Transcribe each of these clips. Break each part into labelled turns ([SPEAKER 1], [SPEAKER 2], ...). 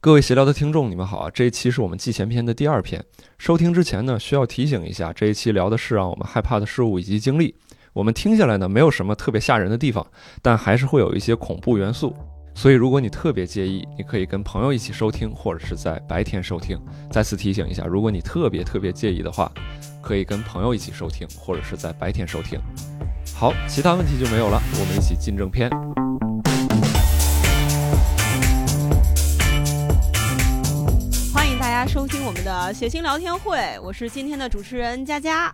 [SPEAKER 1] 各位闲聊的听众，你们好啊！这一期是我们季前篇的第二篇。收听之前呢，需要提醒一下，这一期聊的是让我们害怕的事物以及经历。我们听下来呢，没有什么特别吓人的地方，但还是会有一些恐怖元素。所以，如果你特别介意，你可以跟朋友一起收听，或者是在白天收听。再次提醒一下，如果你特别特别介意的话，可以跟朋友一起收听，或者是在白天收听。好，其他问题就没有了，我们一起进正片。
[SPEAKER 2] 欢迎大家收听我们的谐星聊天会，我是今天的主持人佳佳。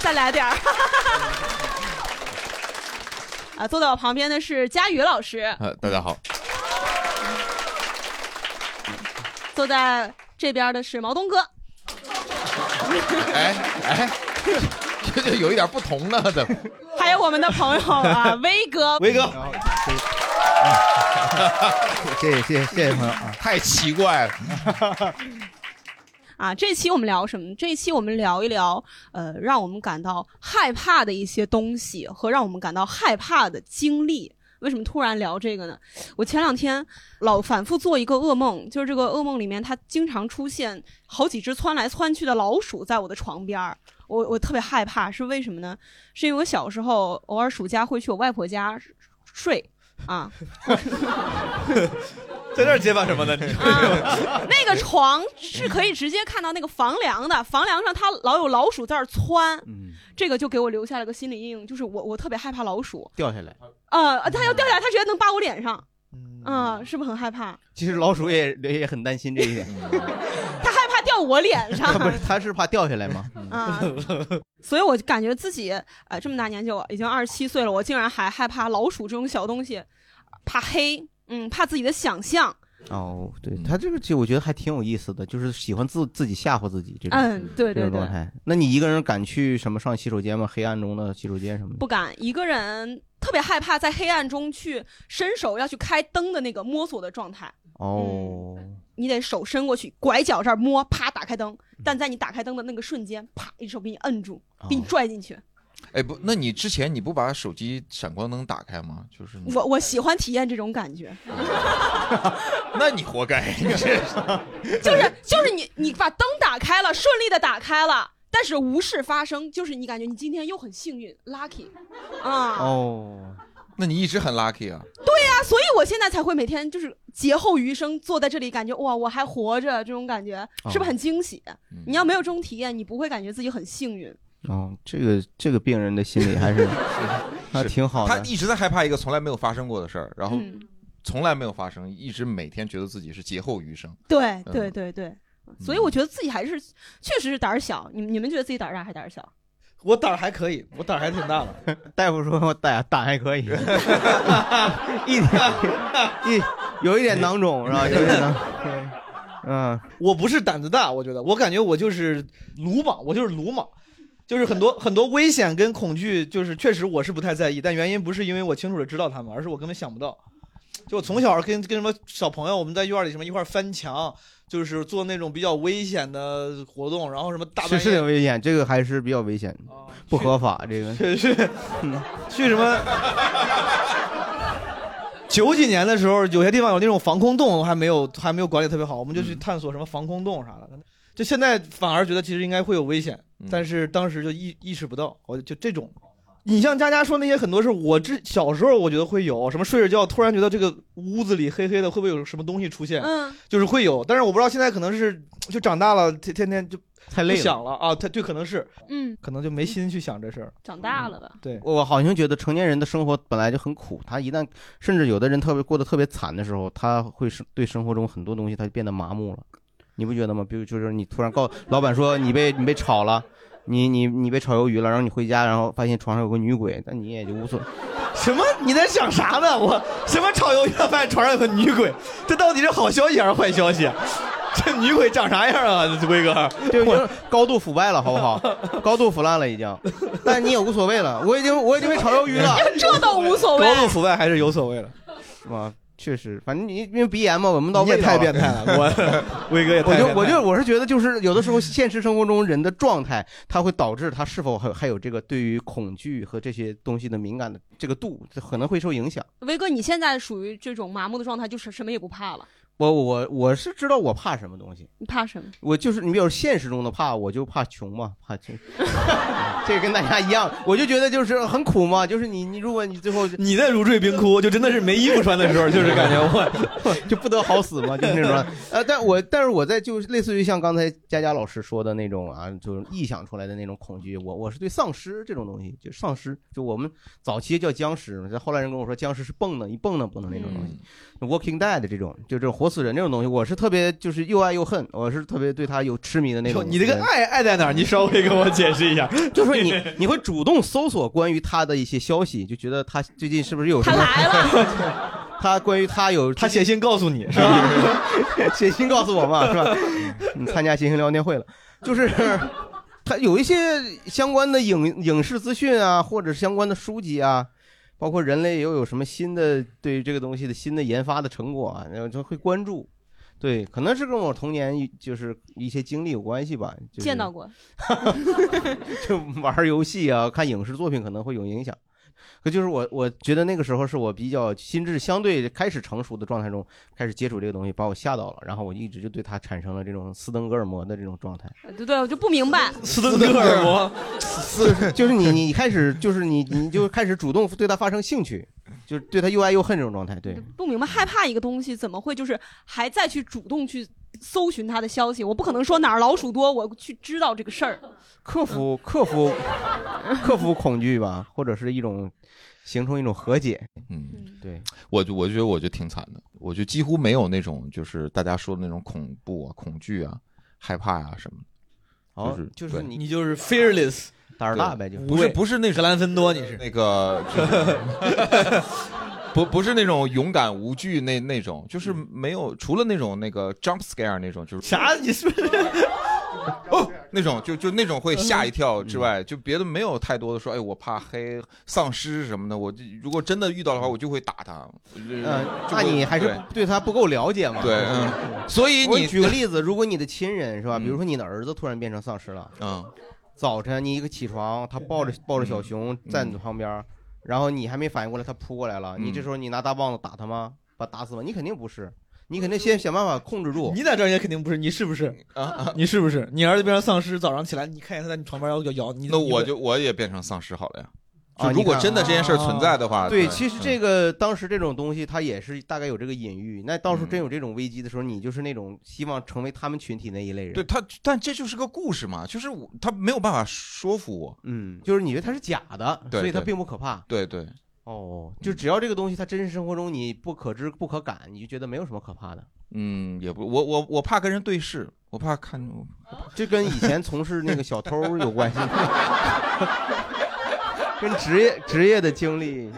[SPEAKER 2] 再来点儿。 啊，坐在我旁边的是佳宇老师，
[SPEAKER 3] 呃，大家好，
[SPEAKER 2] 坐在这边的是毛东哥。
[SPEAKER 3] 哎哎，这就有一点不同了，怎么？
[SPEAKER 2] 还有我们的朋友 啊，威哥，
[SPEAKER 3] 威哥
[SPEAKER 4] 谢谢谢谢谢谢朋友啊！
[SPEAKER 3] 太奇怪了，
[SPEAKER 2] 啊，这期我们聊什么？这一期我们聊一聊，呃，让我们感到害怕的一些东西和让我们感到害怕的经历。为什么突然聊这个呢？我前两天老反复做一个噩梦，就是这个噩梦里面，它经常出现好几只窜来窜去的老鼠在我的床边儿，我我特别害怕，是为什么呢？是因为我小时候偶尔暑假会去我外婆家睡 啊，
[SPEAKER 5] 在这儿结巴什么呢？你
[SPEAKER 2] 那个床是可以直接看到那个房梁的，房梁上它老有老鼠在那儿窜，这个就给我留下了个心理阴影，就是我我特别害怕老鼠，
[SPEAKER 5] 掉下来。
[SPEAKER 2] 呃，它要掉下来，它直接能扒我脸上，嗯、是不是很害怕？
[SPEAKER 5] 其实老鼠也也很担心这 一点，
[SPEAKER 2] 它害怕掉我脸上
[SPEAKER 5] 它，不是它是怕掉下来吗？
[SPEAKER 2] 啊，
[SPEAKER 4] 嗯
[SPEAKER 2] 所以我就感觉自己呃这么大年纪，我已经二十七岁了，我竟然还害怕老鼠这种小东西，怕黑，嗯，怕自己的想象，
[SPEAKER 5] 哦，
[SPEAKER 4] 嗯
[SPEAKER 5] 对，它这个就我觉得还挺有意思的，就是喜欢自自己吓唬自己这种。
[SPEAKER 2] 嗯，对对
[SPEAKER 5] 这种
[SPEAKER 2] 对
[SPEAKER 5] 状，态，那你一个人敢去什么上洗手间吗？黑暗中的洗手间什么的？
[SPEAKER 2] 不敢一个人，特别害怕在黑暗中去伸手要去开灯的那个摸索的状态。
[SPEAKER 5] 哦，
[SPEAKER 4] 嗯
[SPEAKER 2] 你得手伸过去，拐角这儿摸，啪打开灯。但在你打开灯的那个瞬间，啪一手给你摁住，给你拽进去。
[SPEAKER 3] 哎不，那你之前你不把手机闪光灯打开吗？就是你，
[SPEAKER 2] 我我喜欢体验这种感觉，
[SPEAKER 3] 那你活 该，你 这
[SPEAKER 2] 就是就是你你把灯打开了，顺利的打开了，但是无事发生，就是你感觉你今天又很幸运，lucky，啊，
[SPEAKER 5] 哦，
[SPEAKER 3] 那你一直很 lucky 啊，
[SPEAKER 2] 对呀、所以我现在才会每天就是劫后余生坐在这里，感觉哇我还活着，这种感觉是不是很惊喜？你要没有这种体验，你不会感觉自己很幸运。
[SPEAKER 5] 哦，这个这个病人的心理还 是还挺好
[SPEAKER 3] 他
[SPEAKER 5] 的。
[SPEAKER 3] 一直在害怕一个从来没有发生过的事儿，然后
[SPEAKER 2] 嗯
[SPEAKER 3] 从来没有发生，一直每天觉得自己是劫后余生。
[SPEAKER 2] 对
[SPEAKER 3] 嗯
[SPEAKER 2] 对对对，所以我觉得自己还是确实是胆儿小。你们你们觉得自己胆儿大还是胆儿小？
[SPEAKER 4] 我胆儿还可以，我胆儿还挺大的。
[SPEAKER 5] 大夫说我胆胆还可以， 一点一有一点囊肿是吧？有一点囊，嗯，
[SPEAKER 4] 我不是胆子大，我觉得我感觉我就是鲁莽，我就是鲁莽，就是很多很多危险跟恐惧，就是确实我是不太在意，但原因不是因为我清楚的知道他们，而是我根本想不到。就我从小跟跟什么小朋友，我们在院里什么一块儿翻墙，就是做那种比较危险的活动，然后什么大
[SPEAKER 5] 是
[SPEAKER 4] 半
[SPEAKER 5] 是挺
[SPEAKER 4] 夜
[SPEAKER 5] 危险，这个还是比较危险，
[SPEAKER 4] 哦
[SPEAKER 5] 不合法这个。
[SPEAKER 4] 去去去什么？九几年的时候，有些地方有那种防空洞，还没有还没有管理特别好，我们就去探索什么防空洞啥的。就现在反而觉得其实应该会有危险，但是当时就意意识不到。我就这种，你像佳佳说那些很多事，我之小时候我觉得会有什么睡着觉突然觉得这个屋子里黑黑的，会不会有什么东西出现？
[SPEAKER 2] 嗯，
[SPEAKER 4] 就是会有，但是我不知道现在可能是就长大了，天天天就
[SPEAKER 5] 太累了
[SPEAKER 4] 不想了啊，他对，可能是
[SPEAKER 2] 嗯，
[SPEAKER 4] 可能就没心去想这事儿。
[SPEAKER 2] 长大了吧？
[SPEAKER 4] 对，
[SPEAKER 5] 我好像觉得成年人的生活本来就很苦，他一旦甚至有的人特别过得特别惨的时候，他会是对生活中很多东西他就变得麻木了，你不觉得吗？比如就是你突然告老板说你被你被炒了，你你你被炒鱿鱼了，然后你回家，然后发现床上有个女鬼，那你也就无所 谓。
[SPEAKER 4] 什么？你在想啥呢？我什么炒鱿鱼饭，发现床上有个女鬼， 这到底是好消息还是坏消息？ 这女鬼长啥样啊，威哥？
[SPEAKER 5] 对， 就是高度腐败了，好不好？高度腐烂了已经，但你也无
[SPEAKER 3] 啊
[SPEAKER 5] 所谓了。我已经我已经被炒鱿鱼了，
[SPEAKER 2] 这倒无所谓
[SPEAKER 4] 高。度腐败还是有所谓了。
[SPEAKER 5] 是吧？确实，反正你因为鼻炎嘛，闻不到
[SPEAKER 4] 你也
[SPEAKER 5] 味道。
[SPEAKER 4] 太变态了 我威哥也太
[SPEAKER 5] 我就
[SPEAKER 4] 变态
[SPEAKER 5] 我就我是觉得，就是有的时候现实生活中人的状态，它会导致他是否还还有这个对于恐惧和这些东西的敏感的这个度，这可能会受影响。
[SPEAKER 2] 威哥，你现在属于这种麻木的状态，就是什么也不怕了。
[SPEAKER 5] 我我我是知道我怕什么东西，
[SPEAKER 2] 你怕什么？
[SPEAKER 5] 我就是你比如现实中的怕，我就怕穷嘛，怕穷， 这个跟大家一样，我就觉得就是很苦嘛，就是你你如果你最后
[SPEAKER 4] 你在如坠冰窟，就真的是没衣服穿的时候，就是感觉
[SPEAKER 5] 我 就不得好死 嘛，就是那种啊。呃，但我但是我在就是类似于像刚才佳佳老师说的那种啊，就是臆想出来的那种恐惧，我我是对丧尸这种东西，就丧尸，就我们早期叫僵尸，但后来人跟我说僵尸是蹦的，一蹦的蹦的那种东西。Walking Dead 这种，就这种活死人这种东西，我是特别就是又爱又恨，我是特别对他有痴迷的那种人。
[SPEAKER 4] 你这个爱爱在哪儿？你稍微给我解释一下。
[SPEAKER 5] 就说你你会主动搜索关于他的一些消息，就觉得他最近是不是有什么？他来了。 他关于他有他
[SPEAKER 4] 写信告诉你
[SPEAKER 5] 是吧？ 写信告诉我嘛是吧？你参加谐星聊天会了，就是他有一些相关的影影视资讯啊，或者是相关的书籍啊，包括人类又有什么新的对于这个东西的新的研发的成果啊，然后就会关注。对，可能是跟我童年就是一些经历有关系吧。就是、
[SPEAKER 2] 见到过，
[SPEAKER 5] 就玩儿游戏啊，看影视作品可能会有影响。可就是我，我觉得那个时候是我比较心智相对开始成熟的状态中，开始接触这个东西，把我吓到了，然后我一直就对它产生了这种斯登哥尔摩的这种状态。
[SPEAKER 2] 呃对对，我就不明白。
[SPEAKER 4] 斯登哥尔摩，
[SPEAKER 5] 就是就是你你开始就是你你就开始主动对它发生兴趣，就是对它又爱又恨这种状态。对，
[SPEAKER 2] 不明白害怕一个东西怎么会就是还再去主动去搜寻它的消息？我不可能说哪儿老鼠多，我去知道这个事儿。
[SPEAKER 5] 克服克服克服恐惧吧，或者是一种形成一种和解。
[SPEAKER 3] 嗯，
[SPEAKER 5] 对。
[SPEAKER 3] 我就我觉得我就挺惨的，我就几乎没有那种就是大家说的那种恐怖啊、恐惧啊、害怕啊什么的。
[SPEAKER 5] 哦
[SPEAKER 3] 就
[SPEAKER 5] 就是
[SPEAKER 3] 对
[SPEAKER 4] 你就是 fearless，
[SPEAKER 5] 胆儿大呗，就
[SPEAKER 3] 不是不
[SPEAKER 4] 是那格兰芬多，你是
[SPEAKER 3] 那 个，就是不不是那种勇敢无惧那那种，就是没有除了那种那个 jump scare 那种，就是
[SPEAKER 4] 啥？你是不是？
[SPEAKER 3] 哦，那种就就那种会吓一跳之外，就别的没有太多的说，哎，我怕黑丧尸什么的。我就如果真的遇到的话，我就会打他。嗯
[SPEAKER 5] 嗯，那你还是对他不够了解嘛？
[SPEAKER 3] 对嗯所以
[SPEAKER 5] 我
[SPEAKER 3] 你
[SPEAKER 5] 举个例子，如果你的亲人是吧，比如说你的儿子突然变成丧尸了，
[SPEAKER 3] 嗯，
[SPEAKER 5] 早晨你一个起床，他抱着抱着小熊站你
[SPEAKER 3] 嗯
[SPEAKER 5] 旁边，然后你还没反应过来，他扑过来了，你这时候你拿大棒子打他吗？把他打死吗？你肯定不是，你肯定先想办法控制住。
[SPEAKER 4] 你在这儿也肯定不是，你是不是？啊你是不是？你儿子变成丧尸，早上起来你看见他在你床边要要咬你，
[SPEAKER 3] 那我
[SPEAKER 4] 你
[SPEAKER 3] 就我也变成丧尸好了呀。
[SPEAKER 5] 啊
[SPEAKER 3] 就如果
[SPEAKER 5] 你看
[SPEAKER 3] 真的这件事儿存在的话，
[SPEAKER 5] 啊
[SPEAKER 3] 嗯
[SPEAKER 5] 对，其实这个当时这种东西，它也是大概有这个隐喻。那到时
[SPEAKER 3] 嗯
[SPEAKER 5] 候真有这种危机的时候，你就是那种希望成为他们群体那一类人。
[SPEAKER 3] 对他，但这就是个故事嘛，就是我他没有办法说服我。
[SPEAKER 5] 嗯，啊就是你觉得它是假的，
[SPEAKER 3] 对
[SPEAKER 5] 所以它
[SPEAKER 3] 对
[SPEAKER 5] 并不可怕。
[SPEAKER 3] 对对，
[SPEAKER 5] 哦，就只要这个东西它真实生活中你不可知不可感，你就觉得没有什么可怕的。
[SPEAKER 3] 嗯，也不，我我我怕跟人对视，我怕看，我
[SPEAKER 5] 这跟以前从事那个小偷有关系， 跟职业职业的经历。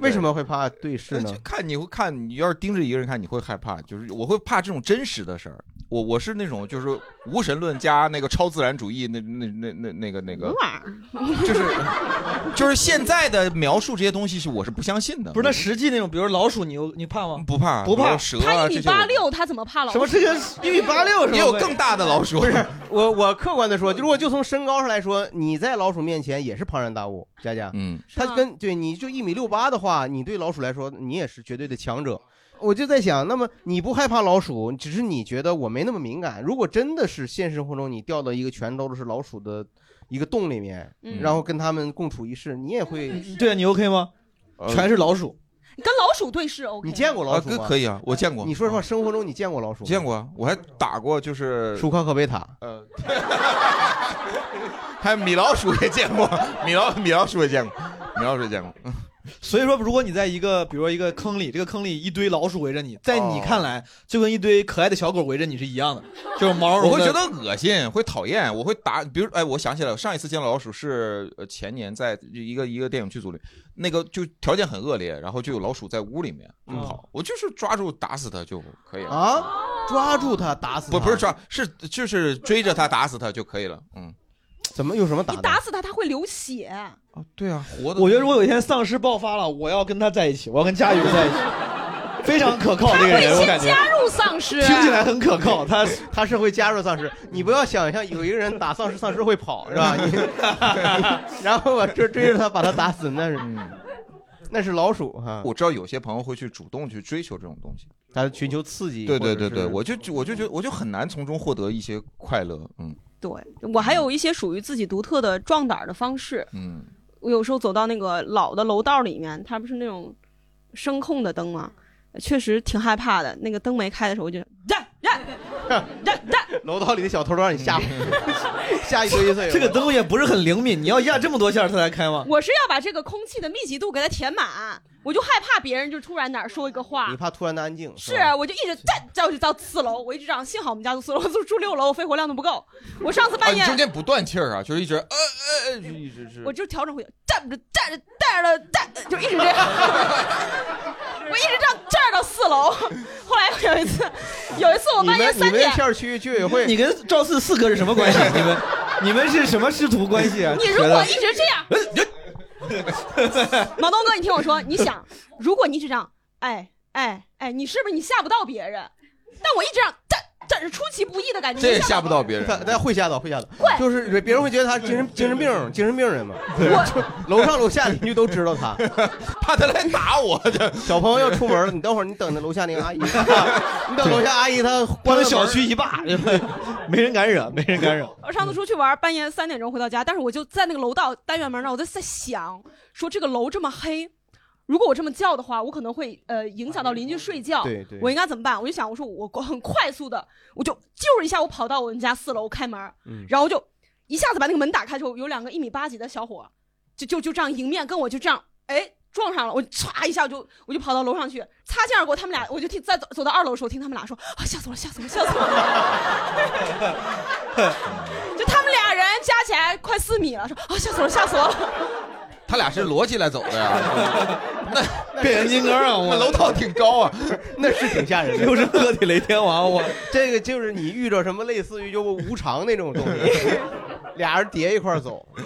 [SPEAKER 5] 为什么会怕对视呢？
[SPEAKER 3] 呃看你会看，你要是盯着一个人看，你会害怕，就是我会怕这种真实的事儿。我我是那种就是无神论加那个超自然主义那那那那那个那个，就是就是现在的描述这些东西是我是不相信的。
[SPEAKER 4] 不是那实际那种，比如老鼠，你有你怕吗？
[SPEAKER 3] 不怕
[SPEAKER 4] 不怕
[SPEAKER 3] 比如蛇
[SPEAKER 2] 他
[SPEAKER 3] 啊
[SPEAKER 2] 一米
[SPEAKER 3] 这些
[SPEAKER 2] 八
[SPEAKER 3] 我。
[SPEAKER 2] 六，他怎么怕老鼠？
[SPEAKER 5] 什么这些
[SPEAKER 4] 一米八六
[SPEAKER 5] 是
[SPEAKER 3] 也有更大的老鼠。
[SPEAKER 5] 不是我，我客观的说，如果就从身高上来说，你在老鼠面前也是庞然大物，佳佳。
[SPEAKER 3] 嗯，
[SPEAKER 5] 他跟对你就一米六八的话，你对老鼠来说，你也是绝对的强者。我就在想，那么你不害怕老鼠，只是你觉得我没那么敏感。如果真的是现实生活中你掉到一个全都是老鼠的一个洞里面，
[SPEAKER 2] 嗯
[SPEAKER 5] 然后跟他们共处一室，你也会
[SPEAKER 4] 对啊，你 OK 吗？全是老鼠，
[SPEAKER 2] 你跟老鼠对视，OK？
[SPEAKER 5] 你见过老鼠吗？
[SPEAKER 3] 可呃以啊，我见过。
[SPEAKER 5] 你说实话，生活中你见过老鼠？
[SPEAKER 3] 见过啊，我还打过，就是
[SPEAKER 5] 舒克和贝塔。
[SPEAKER 3] 呃，还有米老鼠也见过，米 老米老鼠也见过，米老鼠也见过。
[SPEAKER 4] 所以说，如果你在一个，比如说一个坑里，这个坑里一堆老鼠围着你，在你
[SPEAKER 3] 哦
[SPEAKER 4] 看来，就跟一堆可爱的小狗围着你是一样的，就是毛茸
[SPEAKER 3] 我
[SPEAKER 4] 茸
[SPEAKER 3] 会
[SPEAKER 4] 的。
[SPEAKER 3] 觉得恶心，会讨厌，我会打。比如，哎，我想起来，了，上一次见老鼠是呃前年在一个一个电影剧组里，那个就条件很恶劣，然后就有老鼠在屋里面就跑，
[SPEAKER 2] 哦
[SPEAKER 3] 我就是抓住打死它就可以了。
[SPEAKER 5] 啊，抓住它打死它
[SPEAKER 3] 不不是抓，是就是追着它打死它就可以了。嗯，
[SPEAKER 5] 怎么有什么打
[SPEAKER 2] 你打死他，他会流血。
[SPEAKER 3] 对啊，活
[SPEAKER 4] 我觉得如果有一天丧尸爆发了，我要跟他在一起，我要跟佳宇在一起。非常可靠
[SPEAKER 5] 他
[SPEAKER 4] 这个人，
[SPEAKER 5] 会
[SPEAKER 4] 我
[SPEAKER 5] 先
[SPEAKER 4] 感觉
[SPEAKER 5] 加
[SPEAKER 2] 入丧尸
[SPEAKER 4] 听起来很可靠。他
[SPEAKER 5] 他是会加入丧尸，你不要想象有一个人打丧尸，丧尸会跑 是吧？你 然后我追追着他把他打死，那是那是老鼠哈。
[SPEAKER 3] 嗯我知道有些朋友会去主动去追求这种东西，
[SPEAKER 5] 他寻求刺激。
[SPEAKER 3] 对对对
[SPEAKER 5] 或者
[SPEAKER 3] 对，
[SPEAKER 5] 是
[SPEAKER 3] 我就我就觉得我就很难从中获得一些快乐，嗯
[SPEAKER 2] 对我还有一些属于自己独特的壮胆儿的方式。
[SPEAKER 3] 嗯，
[SPEAKER 2] 我有时候走到那个老的楼道里面，它不是那种声控的灯吗？确实挺害怕的。那个灯没开的时候，我就呀呀呀呀！
[SPEAKER 5] 楼道里的小偷都让你吓 吓一堆一岁。
[SPEAKER 4] 这个灯也不是很灵敏，你要压这么多下儿它才开吗？
[SPEAKER 2] 我是要把这个空气的密集度给它填满，我就害怕别人就突然哪儿说一个话
[SPEAKER 5] 你。怕突然的安静。
[SPEAKER 2] 是啊
[SPEAKER 5] 吧，
[SPEAKER 2] 我就一直在，再我就到四楼，我一直这样。幸好我们家住四楼，住住六楼，我肺活量都不够。我上次
[SPEAKER 3] 啊，
[SPEAKER 2] 半
[SPEAKER 3] 你
[SPEAKER 2] 夜，
[SPEAKER 3] 中间不断气儿啊，就是一直呃呃呃，一直是，
[SPEAKER 2] 我就调整回去，站着站着站着站，就一直这样。 我一直这样站到四楼。后来有一次，有一次我
[SPEAKER 5] 你们
[SPEAKER 2] 半夜三
[SPEAKER 5] 你们
[SPEAKER 2] 点，
[SPEAKER 5] 片区居委会，
[SPEAKER 4] 你跟赵四四哥是什么 关系？你们你们是什么师徒关系啊？
[SPEAKER 2] 你如果一直这样，毛东哥，你听我说，你想，如果你一直这样，哎哎哎，你是不是你吓不到别人？但我一直这样站站着，出其不意的感觉，
[SPEAKER 3] 这也
[SPEAKER 2] 你
[SPEAKER 3] 吓不到别人
[SPEAKER 5] 他，他会吓到，会吓到，
[SPEAKER 2] 会
[SPEAKER 5] 就是别人会觉得他精神精神病，精神病人嘛。
[SPEAKER 2] 我
[SPEAKER 5] 楼上楼下邻居都知道他，
[SPEAKER 3] 怕他来打我的。
[SPEAKER 5] 小朋友要出门了，你等会儿你等着楼下那个阿姨， 你等楼下 阿姨她关
[SPEAKER 4] 关
[SPEAKER 5] 了
[SPEAKER 4] 了
[SPEAKER 5] 门
[SPEAKER 4] 小区一霸，没人敢惹，没人敢惹。
[SPEAKER 2] 我上次出去玩，半夜三点钟回到家，但是我就在那个楼道单元门那儿，我在在想，说这个楼这么黑，如果我这么叫的话，我可能会呃影响到邻居睡觉。
[SPEAKER 5] 对对
[SPEAKER 2] 我应该怎么办？我就想，我说我我很快速的，我就就是一下，我跑到我们家四楼开门，
[SPEAKER 5] 嗯
[SPEAKER 2] 然后就一下子把那个门打开之后，有两个一米八几的小伙，就就就这样迎面跟我就这样，哎。撞上了，我歘一下就我就跑到楼上去，擦肩而过。他们俩，我就听再走走到二楼的时候，听他们俩说啊，吓死我了，吓死我了， 吓死我了。就他们俩人加起来快四米了，说啊、吓死我了，吓死我了。
[SPEAKER 3] 他俩是逻辑来走的呀，
[SPEAKER 4] 变形金刚 啊，
[SPEAKER 3] 那
[SPEAKER 4] 我
[SPEAKER 3] 楼道挺高啊，
[SPEAKER 5] 那是挺吓 人的。
[SPEAKER 4] 又是 鹤体雷天王，我
[SPEAKER 5] 这个就是你遇着什么类似于就无常那种东 西，俩人叠一块儿走，
[SPEAKER 3] 嗯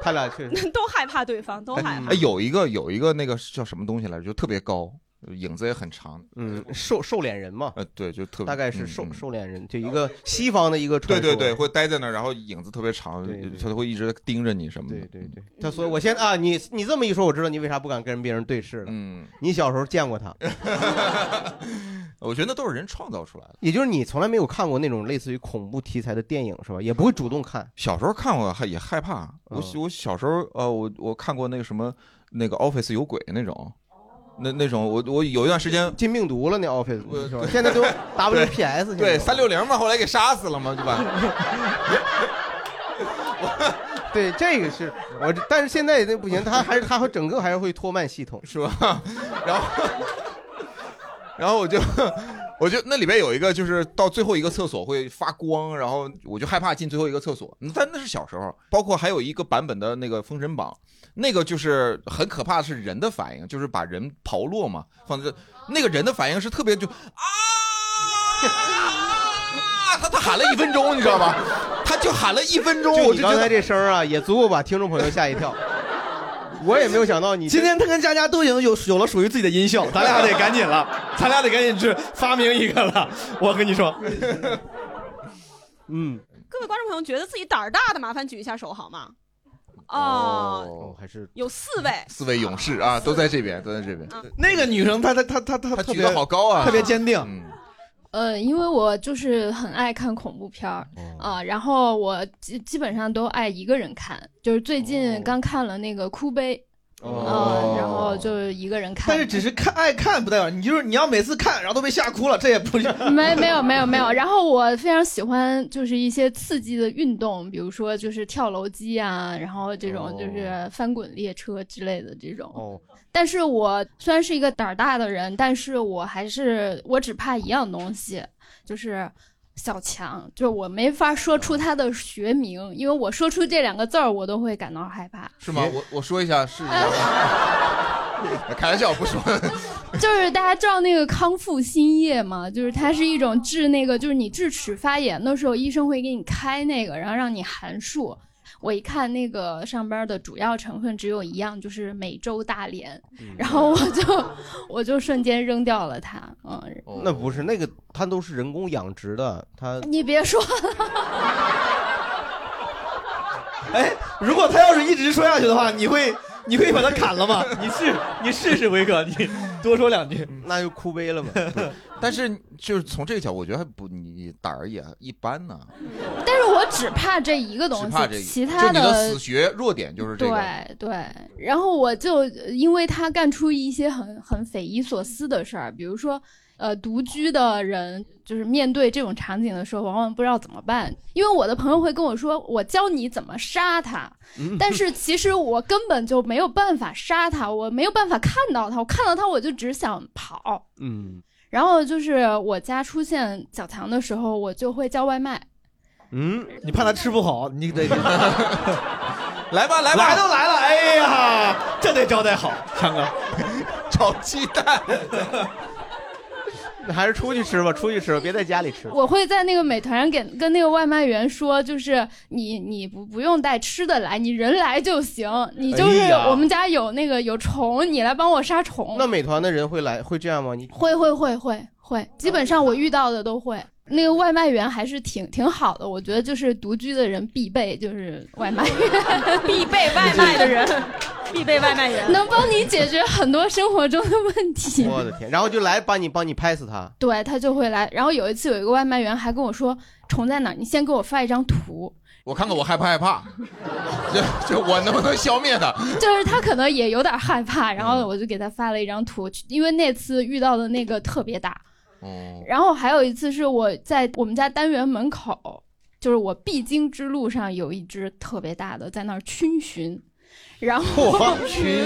[SPEAKER 5] 他俩确实。 嗯
[SPEAKER 2] 都害怕对方，都害怕
[SPEAKER 3] 哎，。有一个有一个那个叫什么东西来着，就特别高，影子也很长，
[SPEAKER 5] 嗯，瘦瘦脸人嘛，
[SPEAKER 3] 呃，对，就特别
[SPEAKER 5] 大概是
[SPEAKER 3] 嗯
[SPEAKER 5] 瘦
[SPEAKER 3] 嗯
[SPEAKER 5] 瘦脸人，就一个西方的一个传
[SPEAKER 3] 对
[SPEAKER 5] 说。
[SPEAKER 3] 对对，会待在那儿，然后影子特别长
[SPEAKER 5] 对对，
[SPEAKER 3] 他会一直盯着你什么的。
[SPEAKER 5] 对对对，他所以我先啊，你你这么一说，我知道你为啥不敢跟别人对视了。
[SPEAKER 3] 嗯，
[SPEAKER 5] 你小时候 见过他，
[SPEAKER 3] 我觉得那都是人创造出来的。
[SPEAKER 5] 也就是你从来没有看过那种类似于恐怖题材的电影是吧？也不会主动看。
[SPEAKER 3] 小时候看过，还也害怕。我
[SPEAKER 5] 嗯
[SPEAKER 3] 我小时候呃，我我看过那个什么那个 Office 有鬼那种，那那种我我有一段时间
[SPEAKER 5] 进病毒了那 Office
[SPEAKER 3] 我
[SPEAKER 5] 是吧？现 在都 WPS
[SPEAKER 3] 呃对
[SPEAKER 5] 现在都
[SPEAKER 3] 三六零嘛，后来给杀死了嘛，对吧？
[SPEAKER 5] 对这个是我这，但是现在那不行，他还是他会整个还是会拖慢系统。
[SPEAKER 3] 是吧？ 然后然后我就我就那里边有一个就是到最后一个厕所会发光，然后我就害怕进最后一个厕所。嗯但那是小时候，包括还有一个版本的那个《封神榜》，那个就是很可怕的是人的反应，就是把人刨落嘛，放在这那个人的反应是特别就啊，他他喊了一分钟，你知道吧？他就喊了一分钟，
[SPEAKER 5] 就
[SPEAKER 3] 我
[SPEAKER 5] 你
[SPEAKER 3] 就觉
[SPEAKER 5] 刚
[SPEAKER 3] 得
[SPEAKER 5] 才这声儿啊，也足够把听众朋友吓一 跳。我也没有想到你
[SPEAKER 4] 今天他跟佳佳都已经有有了属于自己的音效，咱俩得赶紧了，咱俩得赶紧去发明一个了。我跟你说，
[SPEAKER 5] 嗯
[SPEAKER 2] 各位观众朋友，觉得自己胆儿大的，麻烦举一下手好吗？哦，
[SPEAKER 5] 哦还是
[SPEAKER 2] 有四位，
[SPEAKER 3] 四位勇士啊，都在这边，都在这边，
[SPEAKER 4] 那个女生她她她她她
[SPEAKER 3] 他
[SPEAKER 4] 特
[SPEAKER 3] 举
[SPEAKER 4] 别
[SPEAKER 3] 得好高啊，
[SPEAKER 4] 特别坚定，
[SPEAKER 3] 嗯，
[SPEAKER 6] 呃，因为我就是很爱看恐怖片儿啊、然后我基基本上都爱一个人看，就是最近刚看了那个《哭悲》
[SPEAKER 5] 哦
[SPEAKER 6] 呃，然
[SPEAKER 4] 哦
[SPEAKER 6] 后就一个人看。
[SPEAKER 4] 但是只是看爱看不代表你就是你要每次看然后都被吓哭了，这也不是。
[SPEAKER 6] 没没有没有没有，然后我非常喜欢就是一些刺激的运动，比如说就是跳楼机啊，然后这种就是翻滚列车之类的这种。
[SPEAKER 5] 哦，
[SPEAKER 6] 但是我虽然是一个胆儿大的人，但是我还是我只怕一样东西，就是小强，就是我没法说出他的学名，因为我说出这两个字儿，我都会感到害怕。
[SPEAKER 3] 是吗？我我说一下是一下，开玩笑不说，
[SPEAKER 6] 就是大家知道那个康复新液吗？就是它是一种治那个，就是你智齿发炎的时候，医生会给你开那个，然后让你含漱。我一看那个上边的主要成分只有一样，就是美洲大蠊
[SPEAKER 5] 嗯，
[SPEAKER 6] 然后我就我就瞬间扔掉了它。嗯，
[SPEAKER 5] 那不是那个，它都是人工养殖的，它
[SPEAKER 6] 你别说，
[SPEAKER 4] 哎，如果他要是一直说下去的话，你会你会把他砍了吗？你试你试试威哥，你多说两句，
[SPEAKER 5] 那就哭悲了嘛。
[SPEAKER 3] 但是就是从这个角度，我觉得还不你胆儿也一般呢，
[SPEAKER 6] 但是我只怕这一个东
[SPEAKER 3] 只
[SPEAKER 6] 西，
[SPEAKER 3] 怕这个。
[SPEAKER 6] 其
[SPEAKER 3] 就
[SPEAKER 6] 他
[SPEAKER 3] 你的死穴弱点就是这个。
[SPEAKER 6] 对对，然后我就呃因为他干出一些很很匪夷所思的事儿，比如说，呃，独居的人就是面对这种场景的时候，往往不知道怎么办。因为我的朋友会跟我说，我教你怎么杀他，
[SPEAKER 3] 嗯
[SPEAKER 6] 但是其实我根本就没有办法杀他，我没有办法看到他，我看到他我就只想跑。
[SPEAKER 5] 嗯
[SPEAKER 6] 然后就是我家出现小强的时候，我就会叫外卖。
[SPEAKER 5] 嗯，
[SPEAKER 4] 你怕他吃不好，你 得
[SPEAKER 3] 来吧来吧，
[SPEAKER 4] 来都来了，哎呀，这得招待好，强哥。
[SPEAKER 3] 炒鸡 蛋。
[SPEAKER 5] 那还是出去吃吧，出去吃吧，别在家里吃。
[SPEAKER 6] 我会在那个美团上给跟那个外卖员说，就是你你不不用带吃的来，你人来就行。你就是
[SPEAKER 5] 哎呀
[SPEAKER 6] 我们家有那个有虫，你来帮我杀虫。
[SPEAKER 5] 那美团的人会来会这样吗？ 你
[SPEAKER 6] 会会会会会，基本上我遇到的都会。那个外卖员还是挺挺好的，我觉得就是独居的人必备，就是外卖员
[SPEAKER 2] 必备外卖的人， 必备外卖员。
[SPEAKER 6] 能帮你解决很多生活中的问题。
[SPEAKER 5] 我的天，然后就来帮你帮你拍死 他。
[SPEAKER 6] 对他就会来，然后有一次有一个外卖员还跟我说虫在哪儿，你先给我发一张图。
[SPEAKER 3] 我看看我害不害怕， 就就我能不能消灭它？
[SPEAKER 6] 就是他可能也有点害怕，然
[SPEAKER 3] 嗯
[SPEAKER 6] 后我就给他发了一张图，因为那次遇到的那个特别大。
[SPEAKER 3] 哦，
[SPEAKER 6] 然后还有一次是我在我们家单元门口，就是我必经之路上有一只特别大的在那儿逡巡，然后
[SPEAKER 3] 逡巡，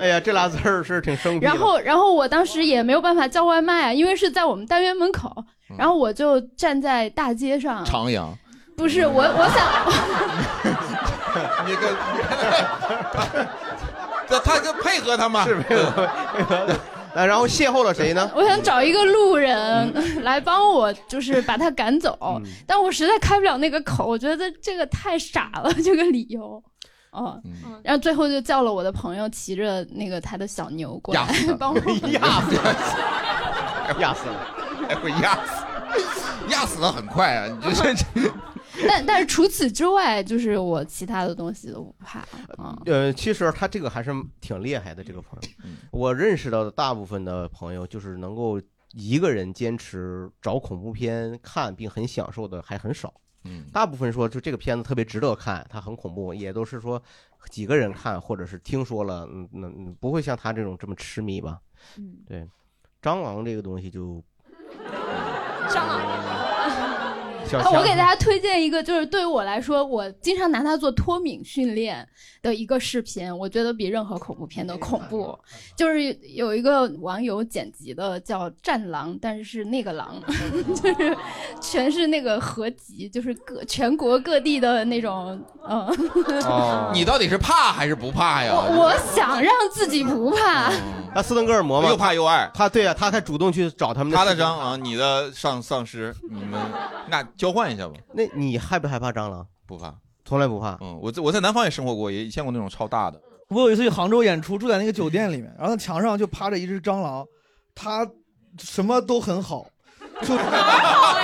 [SPEAKER 5] 哎呀，这俩字儿是挺生僻的。
[SPEAKER 6] 然后然后我当时也没有办法叫外卖啊，因为是在我们单元门口，
[SPEAKER 3] 嗯
[SPEAKER 6] 然后我就站在大街上，
[SPEAKER 3] 徜 徉。
[SPEAKER 6] 不是我我想。
[SPEAKER 3] 你跟， 他他就配合他嘛。
[SPEAKER 5] 是没有， 那然后邂逅了谁呢？
[SPEAKER 6] 我想找一个路
[SPEAKER 3] 嗯
[SPEAKER 6] 人 来帮我，就是把他赶走，但我实在开不了那个口，我觉得这个太傻了， 这个理由。哦，
[SPEAKER 3] 嗯
[SPEAKER 6] 然后最后就叫了我的朋友骑着那个他的小牛过来
[SPEAKER 3] 压死 他
[SPEAKER 6] 帮我。
[SPEAKER 5] 压死压死了。
[SPEAKER 3] 哎会压死，压死的很快啊！你这这 这
[SPEAKER 6] 但但是除此之外，就是我其他的东西都不怕。嗯，
[SPEAKER 5] 呃，其实他这个还是挺厉害的，这个朋友
[SPEAKER 3] 嗯，
[SPEAKER 5] 我认识到的大部分的朋友就是能够一个人坚持找恐怖片看并很享受的还很少。
[SPEAKER 3] 嗯
[SPEAKER 5] 大部分说就这个片子特别值得看，它很恐怖，也都是说几个人看或者是听说了，嗯，那嗯不会像他这种这么痴迷吧？
[SPEAKER 2] 嗯，
[SPEAKER 5] 对，蟑螂这个东西就
[SPEAKER 2] 蟑螂，
[SPEAKER 5] 小
[SPEAKER 6] 啊，我
[SPEAKER 5] 强
[SPEAKER 6] 给大家推荐一个，就是对于我来说，我经常拿它做脱敏训练的一个视频，我觉得比任何恐怖片都恐怖。就是有一个网友剪辑的叫《战狼》，但是是那个狼， 就是全是那个合集，就是各全国各地的那种，嗯，
[SPEAKER 5] 哦，
[SPEAKER 3] 你到底是怕还是不怕呀？
[SPEAKER 6] 我我想让自己不怕。
[SPEAKER 5] 那斯登哥尔摩嘛
[SPEAKER 3] 又，怕又爱。
[SPEAKER 5] 他对啊，他还主动去找他们
[SPEAKER 3] 他的
[SPEAKER 5] 蟑
[SPEAKER 3] 蟑螂，你的丧丧尸，你们那交换一下吧，
[SPEAKER 5] 那你害不害怕蟑螂？
[SPEAKER 3] 不怕。
[SPEAKER 5] 从来不怕。
[SPEAKER 3] 嗯，我在我在南方也生活过，也见过那种超大的。
[SPEAKER 4] 我有一次去杭州演出，住在那个酒店里面，然后墙上就趴着一只蟑螂，它什么都很好，就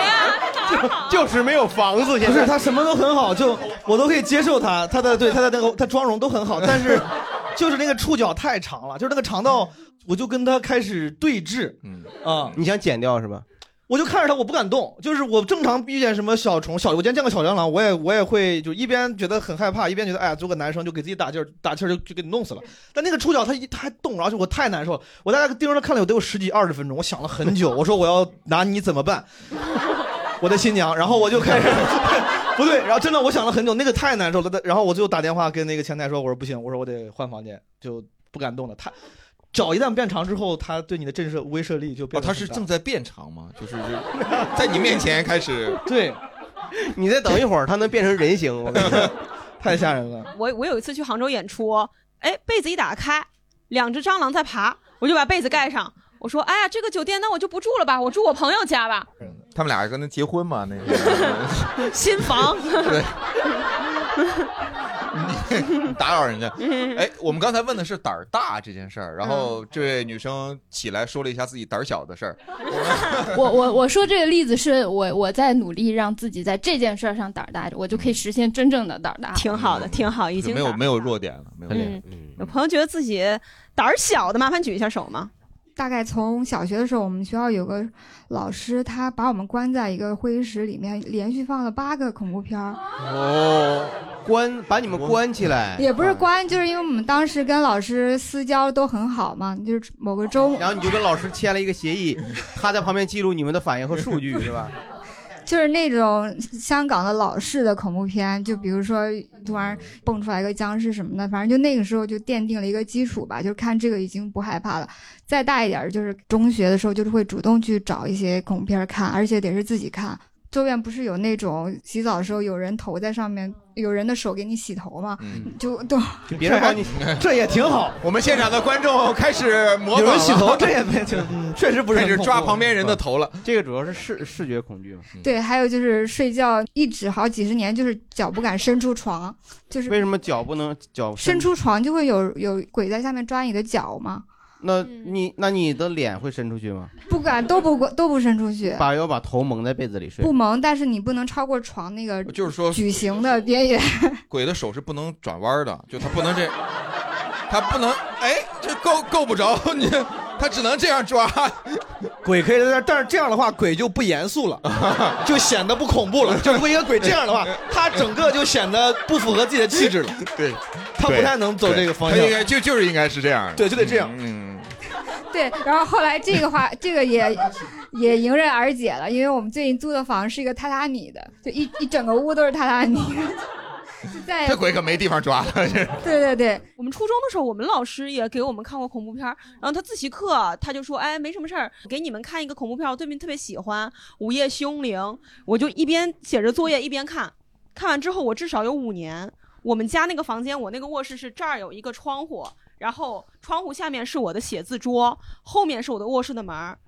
[SPEAKER 5] 就是没有房子，
[SPEAKER 4] 不是它什么都很好，就我都可以接受它，它的对它的那个它妆容都很好，但是就是那个触角太长了，就是那个长到我就跟它开始对峙
[SPEAKER 3] 嗯，
[SPEAKER 4] 啊、
[SPEAKER 5] 你想剪掉是吧？
[SPEAKER 4] 我就看着它，我不敢动。就是我正常遇见什么小虫小，我今天见个小蟑螂，我也我也会就一边觉得很害怕，一边觉得哎呀，做个男生就给自己打劲儿，打气儿就就给你弄死了。但那个触角它一它还动，而且我太难受了。我在那个盯着它看了有得有十几二十分钟，我想了很久，我说我要拿你怎么办？我的新娘，然后我就开始。 不对，然后真的我想了很久，那个太难受了。然后我最后打电话跟那个前台说，我说不行，我说我得换房间，就不敢动了。它脚一旦变长之后，它对你的震慑威慑力就
[SPEAKER 3] 哦，
[SPEAKER 4] 变得
[SPEAKER 3] 他
[SPEAKER 4] 很大、
[SPEAKER 3] 是正在变长吗？嗯就是就在你面前开始
[SPEAKER 4] 对。
[SPEAKER 5] 你再等一会儿，它能变成人形。我跟你说，
[SPEAKER 4] 太吓人了。
[SPEAKER 2] 我我有一次去杭州演出，哎，被子一打开，两只蟑螂在爬，我就把被子盖上。我说，哎呀，这个酒店那我就不住了吧，我住我朋友家吧，
[SPEAKER 3] 他们俩跟他结婚嘛？那个
[SPEAKER 2] 新房。
[SPEAKER 3] 你打 扰人家。哎，我们刚才问的是胆儿大这件事儿，然后这位女生起来说了一下自己胆儿小的事儿。
[SPEAKER 6] 我我我说这个例子是我我在努力让自己在这件事儿上胆儿大，我就可以实现真正的胆儿大。
[SPEAKER 2] 挺好的，挺好，已经
[SPEAKER 3] 嗯没有
[SPEAKER 2] 打
[SPEAKER 3] 没有弱点了，没有弱
[SPEAKER 2] 嗯
[SPEAKER 3] 点。，
[SPEAKER 2] 有朋友觉得自己胆儿小的，麻烦举一下手嘛。
[SPEAKER 7] 大概从小学的时候，我们学校有个老师，他把我们关在一个会议室里面，连续放了八个恐怖片儿。
[SPEAKER 5] 啊哦，关把你们关起来，
[SPEAKER 7] 也不是关，就是因为我们当时跟老师私交都很好嘛，就是某个周末，
[SPEAKER 5] 然后你就跟老师签了一个协议，他在旁边记录你们的反应和 数据，是吧？
[SPEAKER 7] 就是那种香港的老式的恐怖片，就比如说突然蹦出来一个僵尸什么的，反正就那个时候就奠定了一个基础吧，就是看这个已经不害怕了。再大一点儿，就是中学的时候，就是会主动去找一些恐怖片儿看，而且得是自己看。周边不是有那种洗澡的时候有人头在上面，有人的手给你洗头嘛， 就都
[SPEAKER 5] 别人 帮你，
[SPEAKER 4] 这也挺好。
[SPEAKER 3] 我们现场的观众开始模仿
[SPEAKER 4] 有
[SPEAKER 3] 了
[SPEAKER 4] 人洗头，这也 没挺，嗯确实不是
[SPEAKER 3] 开
[SPEAKER 4] 很
[SPEAKER 3] 始
[SPEAKER 4] 恐怖
[SPEAKER 3] 抓旁边人的
[SPEAKER 5] 嗯
[SPEAKER 3] 头了。
[SPEAKER 5] 这个主要是视视觉恐惧嘛。
[SPEAKER 7] 对，啊还有就是睡觉一直好几十年，就是脚不敢伸出床，就是
[SPEAKER 5] 为什么脚不能脚
[SPEAKER 7] 伸？出床就会有有鬼在下面抓你的脚嘛，
[SPEAKER 5] 那
[SPEAKER 7] 嗯
[SPEAKER 5] 你那你的脸会伸出去吗？
[SPEAKER 7] 不敢都不都不伸出去，
[SPEAKER 5] 把要把头蒙在被子里睡
[SPEAKER 7] 啊不。蒙，但是你不能超过床那个
[SPEAKER 3] 就是说，
[SPEAKER 7] 矩形的边缘。
[SPEAKER 3] 鬼的手是不能转弯的，就他不能这，他不能哎，这够够不着你，他只能这样抓。
[SPEAKER 4] 鬼可以在这儿，但是这样的话，鬼就不严肃了，就显得不恐怖了。就 如果一个鬼这样的话，他整个就显得不符合自己的气质了，
[SPEAKER 3] 对，
[SPEAKER 4] 他不太能走这个方向
[SPEAKER 3] 他。应该就就是应该是这样的。
[SPEAKER 4] 对就得这样
[SPEAKER 3] 嗯，
[SPEAKER 7] 对，然后后来这个话，这个也也迎刃而解了，因为我们最近租的房是一个榻榻米的，就一一整个屋都是榻榻米， 就再也
[SPEAKER 3] 这鬼可没地方抓了。
[SPEAKER 7] 对对对，
[SPEAKER 2] 我们初中的时候，我们老师也给我们看过恐怖片儿，然后他自习课啊他就说：“哎，没什么事儿，给你们看一个恐怖片儿，我最近特别喜欢《午夜凶铃》，我就一边写着作业一边看。看完之后，我至少有五年。我们家那个房间，我那个卧室是这儿有一个窗户，然后窗户下面是我的写字桌，后面是我的卧室的门儿。”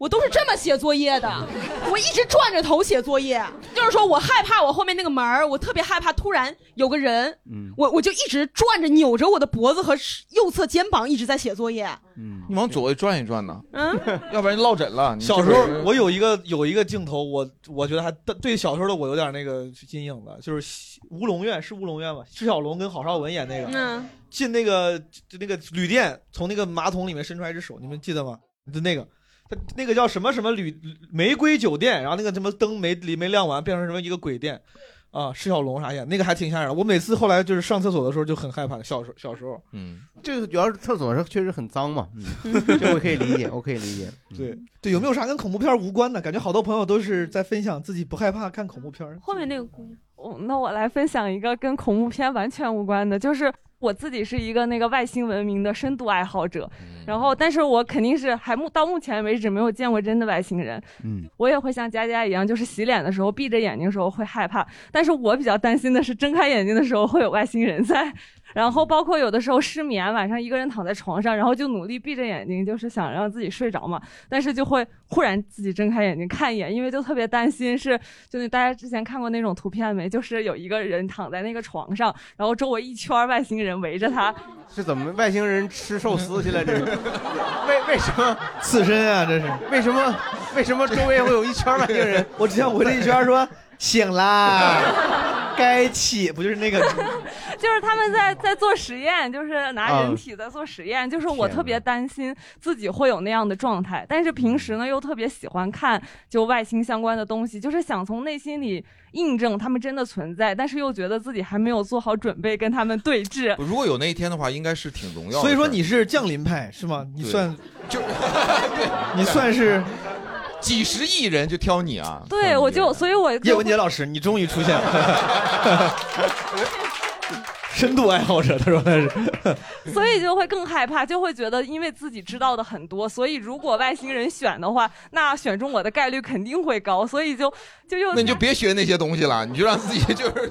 [SPEAKER 2] 我都是这么写作业的，我一直转着头写作业，就是说我害怕我后面那个门儿，我特别害怕突然有个人，我我就一直转着扭着我的脖子和右侧肩膀一直在写作业，
[SPEAKER 3] 你往左转一转呢，
[SPEAKER 2] 嗯，
[SPEAKER 3] 要不然落枕了。你
[SPEAKER 4] 小时候
[SPEAKER 3] 这不是
[SPEAKER 4] 我有一个有一个镜头，我我觉得还对小时候的我有点那个阴影了，就是西乌龙院是乌龙院吧？释小龙跟郝邵文演那个，
[SPEAKER 2] 嗯，
[SPEAKER 4] 进那个就那个旅店，从那个马桶里面伸出来一只手，你们记得吗？就那个，他那个叫什么什么旅玫瑰酒店，然后那个什么灯没没亮完，变成什么一个鬼店，啊，释小龙啥演那个还挺吓人的。我每次后来就是上厕所的时候就很害怕，小时候小时候，
[SPEAKER 3] 嗯，
[SPEAKER 5] 这个主要是厕所是确实很脏嘛， 嗯这我可以理解，我可以理解。嗯
[SPEAKER 4] 对对，有没有啥跟恐怖片无关的？感觉好多朋友都是在分享自己不害怕看恐怖片儿。
[SPEAKER 2] 后面那个姑娘，
[SPEAKER 8] 我那我来分享一个跟恐怖片完全无关的，就是我自己是一个那个外星文明的深度爱好者，然后但是我肯定是还目到目前为止没有见过真的外星人，
[SPEAKER 5] 嗯，
[SPEAKER 8] 我也会像佳佳一样，就是洗脸的时候闭着眼睛的时候会害怕，但是我比较担心的是睁开眼睛的时候会有外星人在，然后包括有的时候失眠，晚上一个人躺在床上，然后就努力闭着眼睛，就是想让自己睡着嘛，但是就会忽然自己睁开眼睛看一眼，因为就特别担心是，就那大家之前看过那种图片没，就是有一个人躺在那个床上，然后周围一圈外星人围着他，
[SPEAKER 5] 是怎么外星人吃寿司去了？这是为为什么
[SPEAKER 4] 刺身啊，这是。
[SPEAKER 5] 为什么为什么 周围会有一圈外星人？
[SPEAKER 4] 我之前围着一 圈说醒啦，该起不就是 那个？
[SPEAKER 8] 就是他们在在做实验，就是拿
[SPEAKER 3] 嗯
[SPEAKER 5] 啊
[SPEAKER 8] 人体在做实验，就是我
[SPEAKER 5] 天
[SPEAKER 8] 特别
[SPEAKER 5] 哪
[SPEAKER 8] 担心自己会有那样的状态，但是
[SPEAKER 3] 嗯
[SPEAKER 8] 平时呢又特别喜欢看就外星相关的东西，就是想从内心里印证他们真的存在，但是又觉得自己还没有做好准备跟他们对 峙。
[SPEAKER 3] 如果有那一天的话，应该是挺荣耀的。
[SPEAKER 4] 所以说你是降临派是吗？你
[SPEAKER 3] 对
[SPEAKER 4] 算
[SPEAKER 3] 就
[SPEAKER 4] 你算是
[SPEAKER 3] 几十亿人就挑你啊。
[SPEAKER 8] 对，我就所以我
[SPEAKER 4] 叶
[SPEAKER 8] 就
[SPEAKER 4] 文洁老师，你终于出现了。深度爱好者，他说他是。
[SPEAKER 8] 所以就会更害怕，就会觉得因为自己知道的很多，所以如果外星人选的话，那选中我的概率肯定会高，所以就就又
[SPEAKER 3] 那你就别学那些东西了，你就让自己就是。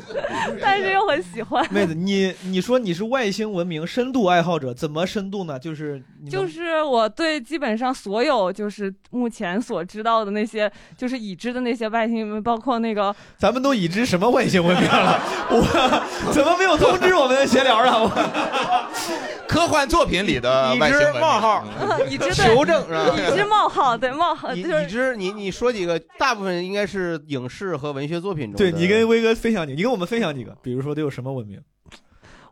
[SPEAKER 8] 但是又很喜 欢，
[SPEAKER 4] 妹子，你你说你是外星文明深度爱好者，怎么深度呢？就是你能
[SPEAKER 8] 就是我对基本上所有就是目前所知道的那些就是已知的那些外星人，包括那个
[SPEAKER 4] 咱们都已知什么外星文 明了？我怎么没有通知我们闲聊了？我
[SPEAKER 3] 科幻作品里
[SPEAKER 4] 呃
[SPEAKER 3] 的
[SPEAKER 5] 已
[SPEAKER 3] 外星
[SPEAKER 5] 知
[SPEAKER 3] 文明
[SPEAKER 5] 冒号
[SPEAKER 4] 嗯
[SPEAKER 8] 已知对
[SPEAKER 5] 求证是吧？
[SPEAKER 8] 已知冒号对冒号
[SPEAKER 5] 已
[SPEAKER 8] 就是
[SPEAKER 5] 已知你你说几个，大部分应该是影视和文学作品中的。
[SPEAKER 4] 对你跟威哥分享几个，你跟我们分享几个，比如说都有什么文明？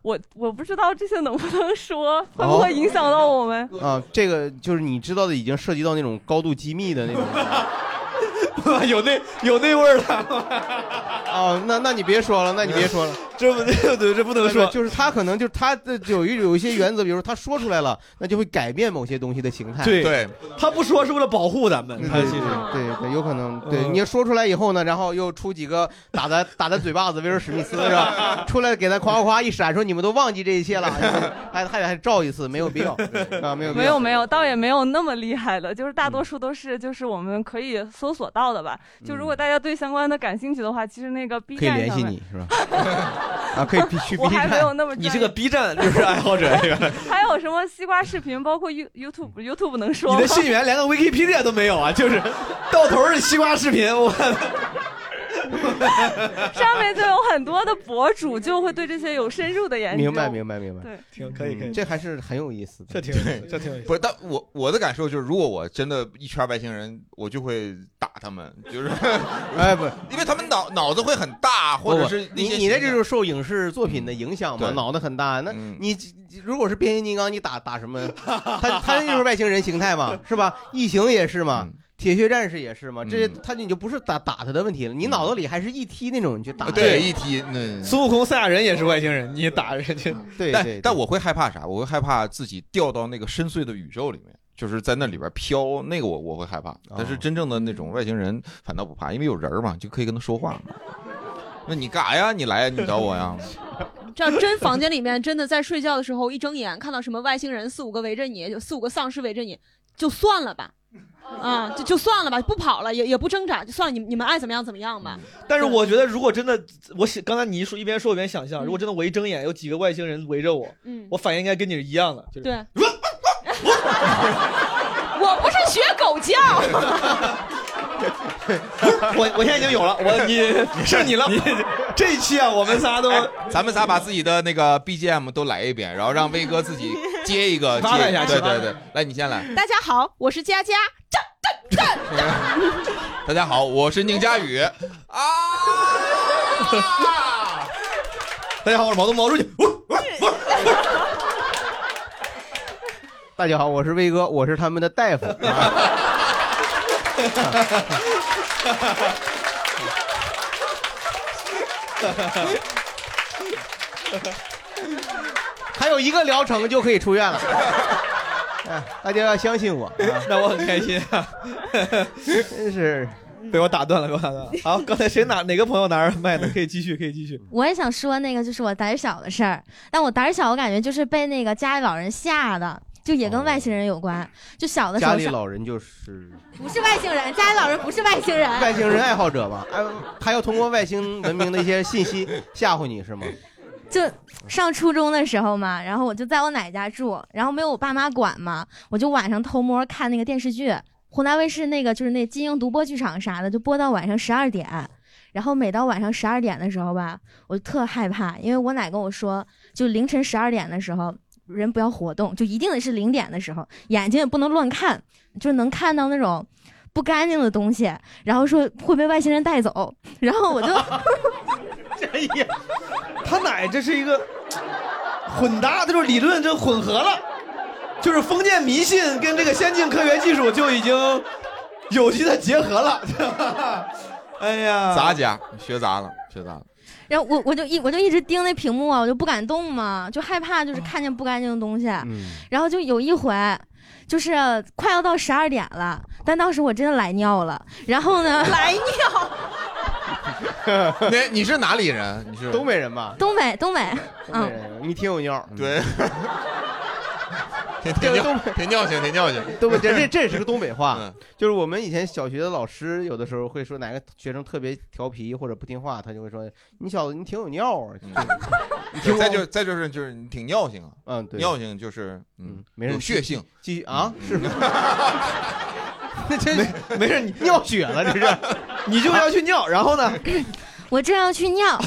[SPEAKER 8] 我我不知道这些能不能说，会不会影响到我们？
[SPEAKER 5] 啊，这个就是你知道的，已经涉及到那种高度机密的那种
[SPEAKER 4] 有那有那味 儿了，
[SPEAKER 5] 啊。那那你别说了，那你别说了，
[SPEAKER 4] 这不对，对这不能说。
[SPEAKER 5] 就是他可能就是他的有一有一些原则，比如他说出来了， 那就会改变某些东西的形态。
[SPEAKER 4] 对，
[SPEAKER 3] 对，
[SPEAKER 4] 他不说是为了保护咱们，
[SPEAKER 5] 对
[SPEAKER 4] 他
[SPEAKER 5] 对
[SPEAKER 4] 其实
[SPEAKER 5] 对
[SPEAKER 8] 哦
[SPEAKER 5] 对，有可能。
[SPEAKER 4] 嗯
[SPEAKER 5] 对，你说出来以后呢，然后又出几个打他 打他嘴巴子，威尔史密斯是 吧？出来给他夸夸夸一闪，说你们都忘记这一切了，还还还照一次，没有必 要啊，没有必
[SPEAKER 8] 没有
[SPEAKER 5] 要。
[SPEAKER 8] 没有，倒也没有那么厉害的，就是大多数都是就是我们可以搜索到的吧。就如果大家对相关的感兴趣的话，其实那个 B
[SPEAKER 5] 可以
[SPEAKER 8] 站
[SPEAKER 5] 联
[SPEAKER 8] 上
[SPEAKER 5] 系
[SPEAKER 8] 面，
[SPEAKER 5] 你是吧？啊，可以必须
[SPEAKER 8] 我
[SPEAKER 5] 必须
[SPEAKER 8] 还没有
[SPEAKER 5] 看。
[SPEAKER 8] 那么
[SPEAKER 4] 你
[SPEAKER 8] 专
[SPEAKER 4] 这个
[SPEAKER 8] 业
[SPEAKER 4] B 站就是爱好者，这个
[SPEAKER 8] 还有什么西瓜视频，包括 You YouTube YouTube 能 说吗
[SPEAKER 4] 你的？信源连个 Wikipedia 都没有啊，就是到头是西瓜视频，我
[SPEAKER 8] 上面就有很多的博主就会对这些有深入的研究。
[SPEAKER 5] 明白明白明白，
[SPEAKER 8] 对，
[SPEAKER 4] 挺可以可以，
[SPEAKER 5] 嗯这还是很有意思
[SPEAKER 4] 这
[SPEAKER 5] 的。
[SPEAKER 4] 挺有意思这挺有意思。
[SPEAKER 3] 不是，但我我的感受就是，如果我真的一圈外星人，我就会打他们，就是
[SPEAKER 5] 哎不，
[SPEAKER 3] 因为他们脑脑子会很大，或者是
[SPEAKER 5] 不
[SPEAKER 3] 那
[SPEAKER 5] 你
[SPEAKER 3] 些
[SPEAKER 5] 你这就
[SPEAKER 3] 形象
[SPEAKER 5] 是受影视作品的影响嘛，
[SPEAKER 3] 对
[SPEAKER 5] 脑子很大。那
[SPEAKER 3] 嗯
[SPEAKER 5] 你如果是变形金刚，你打打什么？他他就是外星人形 态嘛，是吧？异形也是嘛
[SPEAKER 3] 嗯，
[SPEAKER 5] 铁血战士也是嘛，
[SPEAKER 3] 嗯
[SPEAKER 5] 这些他你就不是打打他的问题了，你脑子里还是 ET 那种你去打
[SPEAKER 3] 啊
[SPEAKER 5] 他。
[SPEAKER 3] 对一提那。
[SPEAKER 4] 孙悟空赛亚人也是外星人，你打人家
[SPEAKER 5] 对
[SPEAKER 3] 但
[SPEAKER 5] 对，
[SPEAKER 3] 但
[SPEAKER 5] 对
[SPEAKER 3] 我会害怕啥？我会害怕自己掉到那个深邃的宇宙里面，就是在那里边飘，那个我我会害怕。
[SPEAKER 4] 哦
[SPEAKER 3] 但是真正的那种外星人反倒不怕，因为有人儿嘛，就可以跟他说话。那你干啥呀？你来呀？啊你找我呀？
[SPEAKER 2] 这样真房间里面真的在睡觉的时候，一睁眼看到什么外星人四五个围着你，就四五个丧尸围着你，就算了吧，啊，就就算了吧，不跑了，也也不挣扎，就算了，你你们爱怎么样怎么样吧。
[SPEAKER 4] 但是我觉得，如果真的，我想刚才你一说一边说一边想象，如果真的我一睁眼有几个外星人围着我，
[SPEAKER 2] 嗯，
[SPEAKER 4] 我反应应该跟你是一样的， 就是
[SPEAKER 2] 对。我不是学狗叫，
[SPEAKER 4] 我我现在已经有了， 我你是你了，你这一期啊，我们仨都
[SPEAKER 3] 哎咱们仨把自己的那个 BGM 都来一遍，然后让威哥自己接一个，接
[SPEAKER 4] 发
[SPEAKER 3] 一个
[SPEAKER 4] 展一下
[SPEAKER 3] 对
[SPEAKER 4] 去发
[SPEAKER 3] 对
[SPEAKER 4] 展
[SPEAKER 3] 对，来，你先来。
[SPEAKER 2] 大家好，我是佳佳，
[SPEAKER 3] 大家好，我是宁佳宇。啊！
[SPEAKER 4] 大家好，我是毛东毛书记，
[SPEAKER 5] 大家好，我是威哥，我是他们的大 夫。啊 还有一个疗程就可以出 院了，哎大家要相信我，啊
[SPEAKER 4] 那我很开心啊，
[SPEAKER 5] 真是
[SPEAKER 4] 被我打断了，被我打断了。好，刚才谁拿哪个朋友拿着麦呢？可以继续，可以继续。
[SPEAKER 9] 我也想说那个，就是我胆小的事儿。但我胆小，我感觉就是被那个家里老人吓的，就也跟外星人有关。就小的时
[SPEAKER 5] 哦家
[SPEAKER 9] 候
[SPEAKER 5] 里
[SPEAKER 9] 上
[SPEAKER 5] 老人就是
[SPEAKER 9] 不是外星人，家里老人不是外星人。
[SPEAKER 5] 外星人爱好者 吧？哎，他要通过外星文明的一些信息吓唬你是吗？
[SPEAKER 9] 就上初中的时候嘛，然后我就在我奶家住，然后没有我爸妈管嘛，我就晚上偷摸看那个电视剧，湖南卫视那个就是那金鹰独播剧场啥的，就播到晚上十二点。然后每到晚上十二点的时候吧，我就特害怕，因为我奶跟我说，就凌晨十二点的时候人不要活动，就一定得是零点的时候，眼睛也不能乱看，就是能看到那种不干净的东西，然后说会被外星人带走，然后我就。
[SPEAKER 4] 哎呀，他奶这是一个混搭，这就是理论这混合了，就是封建迷信跟这个先进科学技术就已经有机的结合了。哎呀，
[SPEAKER 3] 砸家学砸了，学砸了。
[SPEAKER 9] 然后我我就一我就一直盯那屏幕啊，我就不敢动嘛，就害怕就是看见不干净的东西。
[SPEAKER 5] 嗯，
[SPEAKER 9] 然后就有一回，就是快要到十二点了，但当时我真的来尿了。然后呢，
[SPEAKER 2] 来尿，
[SPEAKER 3] 那你是哪里人？你是
[SPEAKER 5] 东北人吧？
[SPEAKER 9] 东北，东北，
[SPEAKER 5] 东
[SPEAKER 9] 嗯，
[SPEAKER 5] 北人，你挺有尿。
[SPEAKER 3] 对， 挺挺 尿挺尿性，挺尿性。嗯
[SPEAKER 5] 东北这这这也是个东北 话，就是我们以前小学的老师有的时候会说哪个学生特别调皮或者不听话，他就会说你小子你挺有尿啊。 你听过
[SPEAKER 3] 嗯再就再就是就是你挺尿性啊，
[SPEAKER 5] 嗯，对
[SPEAKER 3] 尿性就是嗯，
[SPEAKER 5] 没事
[SPEAKER 3] 有血性，嗯
[SPEAKER 5] 继续啊，是 吗？ 那这没没事，你尿血了这是，你就要去尿，然后 呢？
[SPEAKER 9] 我正要去尿，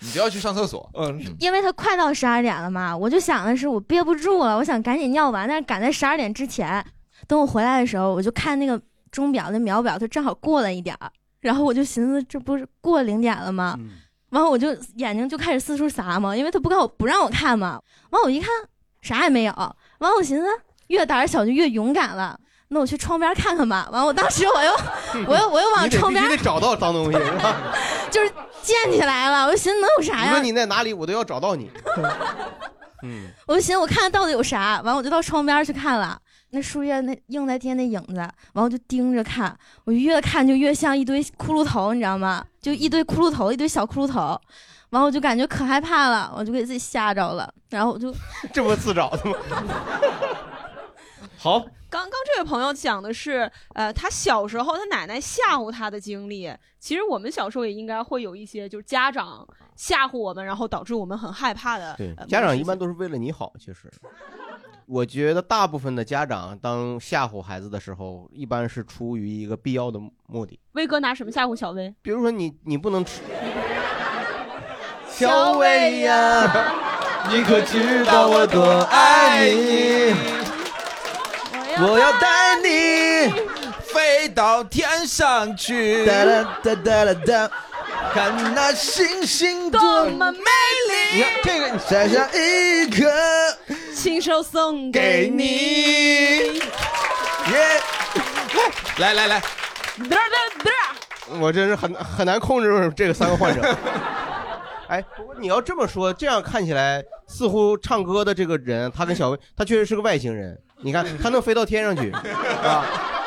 [SPEAKER 3] 你就要去上厕所。
[SPEAKER 4] 嗯，
[SPEAKER 9] 因为他快到十二点了嘛，我就想的是我憋不住了，我想赶紧尿完，但是赶在十二点之前。等我回来的时候，我就看那个钟表的秒表，它正好过了一点儿，然后我就寻思这不是过零点了吗？
[SPEAKER 5] 嗯
[SPEAKER 9] 完后我就眼睛就开始四处撒嘛，因为他不告我不让我看嘛。完我一看啥也没有，完我寻思越胆小就越勇敢了，那我去窗边看看吧。完我当时我 又我又我又往
[SPEAKER 5] 你得
[SPEAKER 9] 窗边
[SPEAKER 5] 必须得找到脏东西是 吧？
[SPEAKER 9] 就是溅起来了，我就寻思能有啥
[SPEAKER 5] 无
[SPEAKER 9] 呀
[SPEAKER 5] 论？你在哪里，我都要找到你。嗯，
[SPEAKER 9] 我就寻思我看看到底有啥，完我就到窗边去看了，那树叶那映在天那影子，完我就盯着看，我越看就越像一堆骷髅头，你知道吗？就一堆骷髅头，一堆小骷髅头，完我就感觉可害怕了，我就给自己吓着了，然后我就
[SPEAKER 5] 这不是自找的吗？ 好，
[SPEAKER 2] 刚刚这位朋友讲的是，呃，他小时候他奶奶吓唬他的经历。其实我们小时候也应该会有一些，就是家长吓唬我们，然后导致我们很害怕的。
[SPEAKER 5] 对
[SPEAKER 2] 呃，
[SPEAKER 5] 家长一般都是为了你好，其实。我觉得大部分的家长当吓唬孩子的时候，一般是出于一个必要的目的，
[SPEAKER 2] 威哥拿什么吓唬小薇？
[SPEAKER 5] 比如说你你不能吃。
[SPEAKER 2] 小薇呀，
[SPEAKER 4] 你可知道我多爱你？我要带你
[SPEAKER 3] 飞到天上去
[SPEAKER 4] 哒啦哒哒啦哒，看那星星多么美丽。你看这个，摘下一颗
[SPEAKER 2] 亲手送
[SPEAKER 4] 给
[SPEAKER 2] 给
[SPEAKER 4] 你
[SPEAKER 2] 你。
[SPEAKER 4] 耶。
[SPEAKER 3] 来来来，
[SPEAKER 2] 哎嘚儿嘚儿嘚儿
[SPEAKER 5] 我真是很很难控制这个三个患者。哎，不过你要这么说，这样看起来似乎唱歌的这个人，他跟小薇，他确实是个外星人。你看，他能飞到天上去，啊，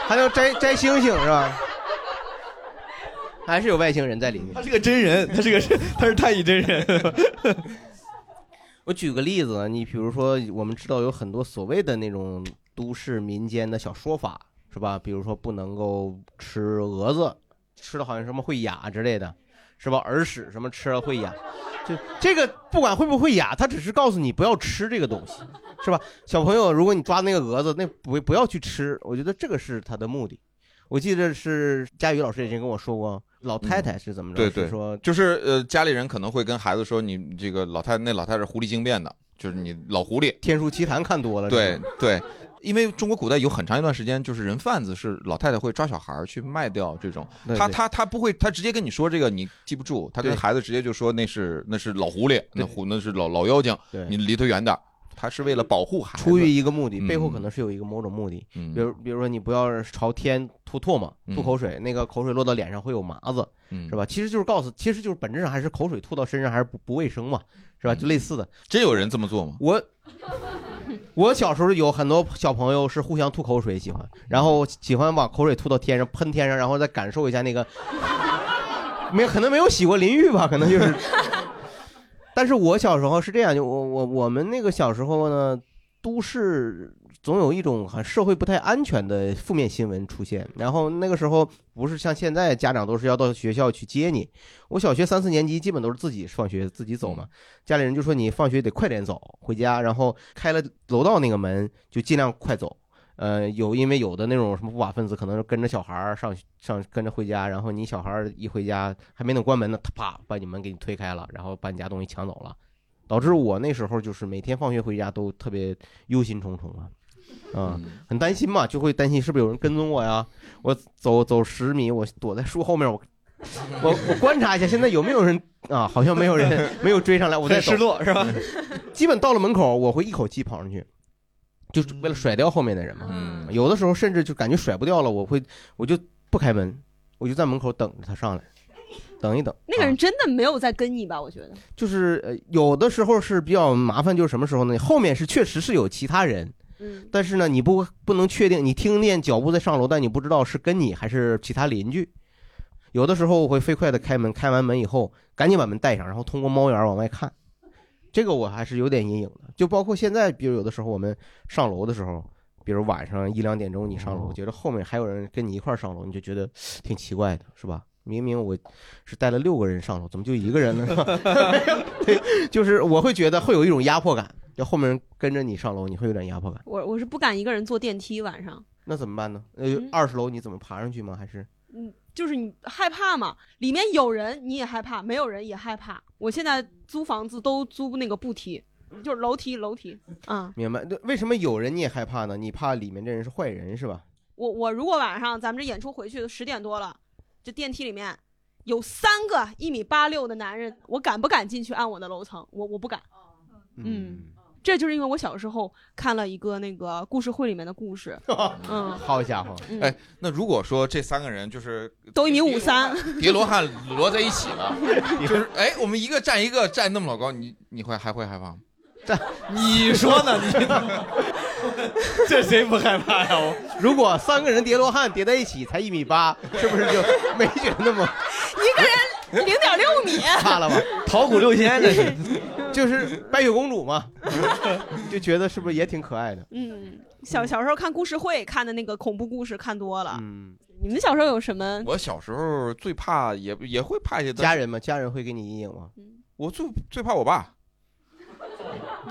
[SPEAKER 5] 还能摘摘星星，是吧？还是有外星人在里面。
[SPEAKER 4] 他是个真人，他是个他是太乙真人。
[SPEAKER 5] 我举个例子，你比如说，我们知道有很多所谓的那种都市民间的小说法，是吧？比如说不能够吃蛾子，吃了好像什么会哑之类的，是吧？耳屎什么吃了会哑，就这个不管会不会哑，它只是告诉你不要吃这个东西，是吧？小朋友，如果你抓那个蛾子，那不不要去吃，我觉得这个是它的目的。我记得是佳宇老师以前跟我说过，老太太是怎么着？
[SPEAKER 3] 对
[SPEAKER 5] 是
[SPEAKER 3] 对，
[SPEAKER 5] 说
[SPEAKER 3] 就是呃，家里人可能会跟孩子说，你你这个老太那老太太是狐狸精变的，就是你老狐狸。
[SPEAKER 5] 天书奇谭看多了，
[SPEAKER 3] 对对，因为中国古代有很长一段时间，就是人贩子是老太太会抓小孩儿去卖掉这种，
[SPEAKER 5] 对
[SPEAKER 3] 他
[SPEAKER 5] 对
[SPEAKER 3] 他他不会，他直接跟你说这个你记不住，他跟
[SPEAKER 5] 对
[SPEAKER 3] 孩子直接就说那是那是老狐狸，那狐那是老老妖精
[SPEAKER 5] 对，
[SPEAKER 3] 你离他远点儿。他是为了保护孩子，
[SPEAKER 5] 出于一个目的，
[SPEAKER 3] 嗯
[SPEAKER 5] 背后可能是有一个某种目的，
[SPEAKER 3] 嗯
[SPEAKER 5] 比如比如说你不要朝天吐唾沫、
[SPEAKER 3] 嗯
[SPEAKER 5] 吐口水，那个口水落到脸上会有麻子，
[SPEAKER 3] 嗯
[SPEAKER 5] 是吧？其实就是告诉，其实就是本质上还是口水吐到身上还是不不卫生嘛，是吧？就类似的，
[SPEAKER 3] 嗯真有人这么做吗？
[SPEAKER 5] 我。我小时候有很多小朋友是互相吐口水，喜欢，然后喜欢把口水吐到天上，喷天上，然后再感受一下那个，没可能没有洗过淋浴吧，可能就是。但是我小时候是这样，就我我我们那个小时候呢，都市总有一种很社会不太安全的负面新闻出现。然后那个时候不是像现在家长都是要到学校去接你，我小学三四年级基本都是自己放学自己走嘛，家里人就说你放学得快点走回家，然后开了楼道那个门就尽量快走。呃，有因为有的那种什么不法分子，可能是跟着小孩儿上上跟着回家，然后你小孩儿一回家还没等关门呢，他啪把你门给你推开了，然后把你家东西抢走了，导致我那时候就是每天放学回家都特别忧心忡忡啊，啊、很担心嘛，就会担心是不是有人跟踪我呀？我走走十米，我躲在树后面，我我我观察一下现在有没有人啊？好像没有人，没有追上来，我再
[SPEAKER 4] 很
[SPEAKER 5] 走嗯
[SPEAKER 4] 失落 是吧？
[SPEAKER 5] 基本到了门口，我会一口气跑上去，就是为了甩掉后面的人嘛。
[SPEAKER 3] 嗯
[SPEAKER 5] 有的时候甚至就感觉甩不掉了，我会我就不开门，我就在门口等着他上来，等一等。
[SPEAKER 2] 那个人真的没有在跟你吧？我觉得。
[SPEAKER 5] 就是呃，有的时候是比较麻烦，就是什么时候呢？后面是确实是有其他人，
[SPEAKER 2] 嗯，
[SPEAKER 5] 但是呢，你不不能确定，你听见脚步在上楼，但你不知道是跟你还是其他邻居，有的时候我会飞快的开门，开完门以后赶紧把门带上，然后通过猫眼儿往外看。这个我还是有点阴影的。就包括现在，比如有的时候我们上楼的时候，比如晚上一两点钟你上楼，觉得后面还有人跟你一块儿上楼，你就觉得挺奇怪的，是吧？明明我是带了六个人上楼，怎么就一个人了呢？ 对，就是我会觉得会有一种压迫感，就后面人跟着你上楼，你会有点压迫感。
[SPEAKER 2] 我我是不敢一个人坐电梯晚上，
[SPEAKER 5] 那怎么办呢？呃，
[SPEAKER 4] 嗯
[SPEAKER 5] 二十楼你怎么爬上去吗？还是
[SPEAKER 2] 嗯，就是你害怕嘛，里面有人你也害怕，没有人也害怕。我现在租房子都租那个步梯，就是楼梯楼梯啊。
[SPEAKER 5] 明白？那为什么有人你也害怕呢？你怕里面这人是坏人是吧？
[SPEAKER 2] 我我如果晚上咱们这演出回去十点多了，这电梯里面有三个一米八六的男人，我敢不敢进去按我的楼层？我我不敢。嗯，这就是因为我小时候看了一个那个故事会里面的故事，嗯，
[SPEAKER 5] 好家伙
[SPEAKER 2] 嗯
[SPEAKER 3] 哎，那如果说这三个人就是
[SPEAKER 2] 都一米五三，
[SPEAKER 3] 叠罗汉摞在一起了，就是哎，我们一个站一个站那么老高，你你会还会害怕吗？
[SPEAKER 5] 你
[SPEAKER 3] 说呢
[SPEAKER 5] 你
[SPEAKER 4] 这谁不害怕呀、
[SPEAKER 5] 如果三个人叠罗汉叠在一起才一米八，是不是就没觉得那么
[SPEAKER 2] 一个人零点六 米，
[SPEAKER 5] 差 了吧？
[SPEAKER 4] 桃谷六仙这是，
[SPEAKER 5] 就是白雪公主嘛， 就觉得是不是也挺可爱的？
[SPEAKER 2] 嗯，小小时候看故事会看的那个恐怖故事看多了。
[SPEAKER 5] 嗯，
[SPEAKER 2] 你们小时候有什么？
[SPEAKER 3] 我小时候最怕也也会怕一些
[SPEAKER 5] 家人嘛，家人会给你阴影吗？
[SPEAKER 2] 嗯
[SPEAKER 3] 我最最怕我爸。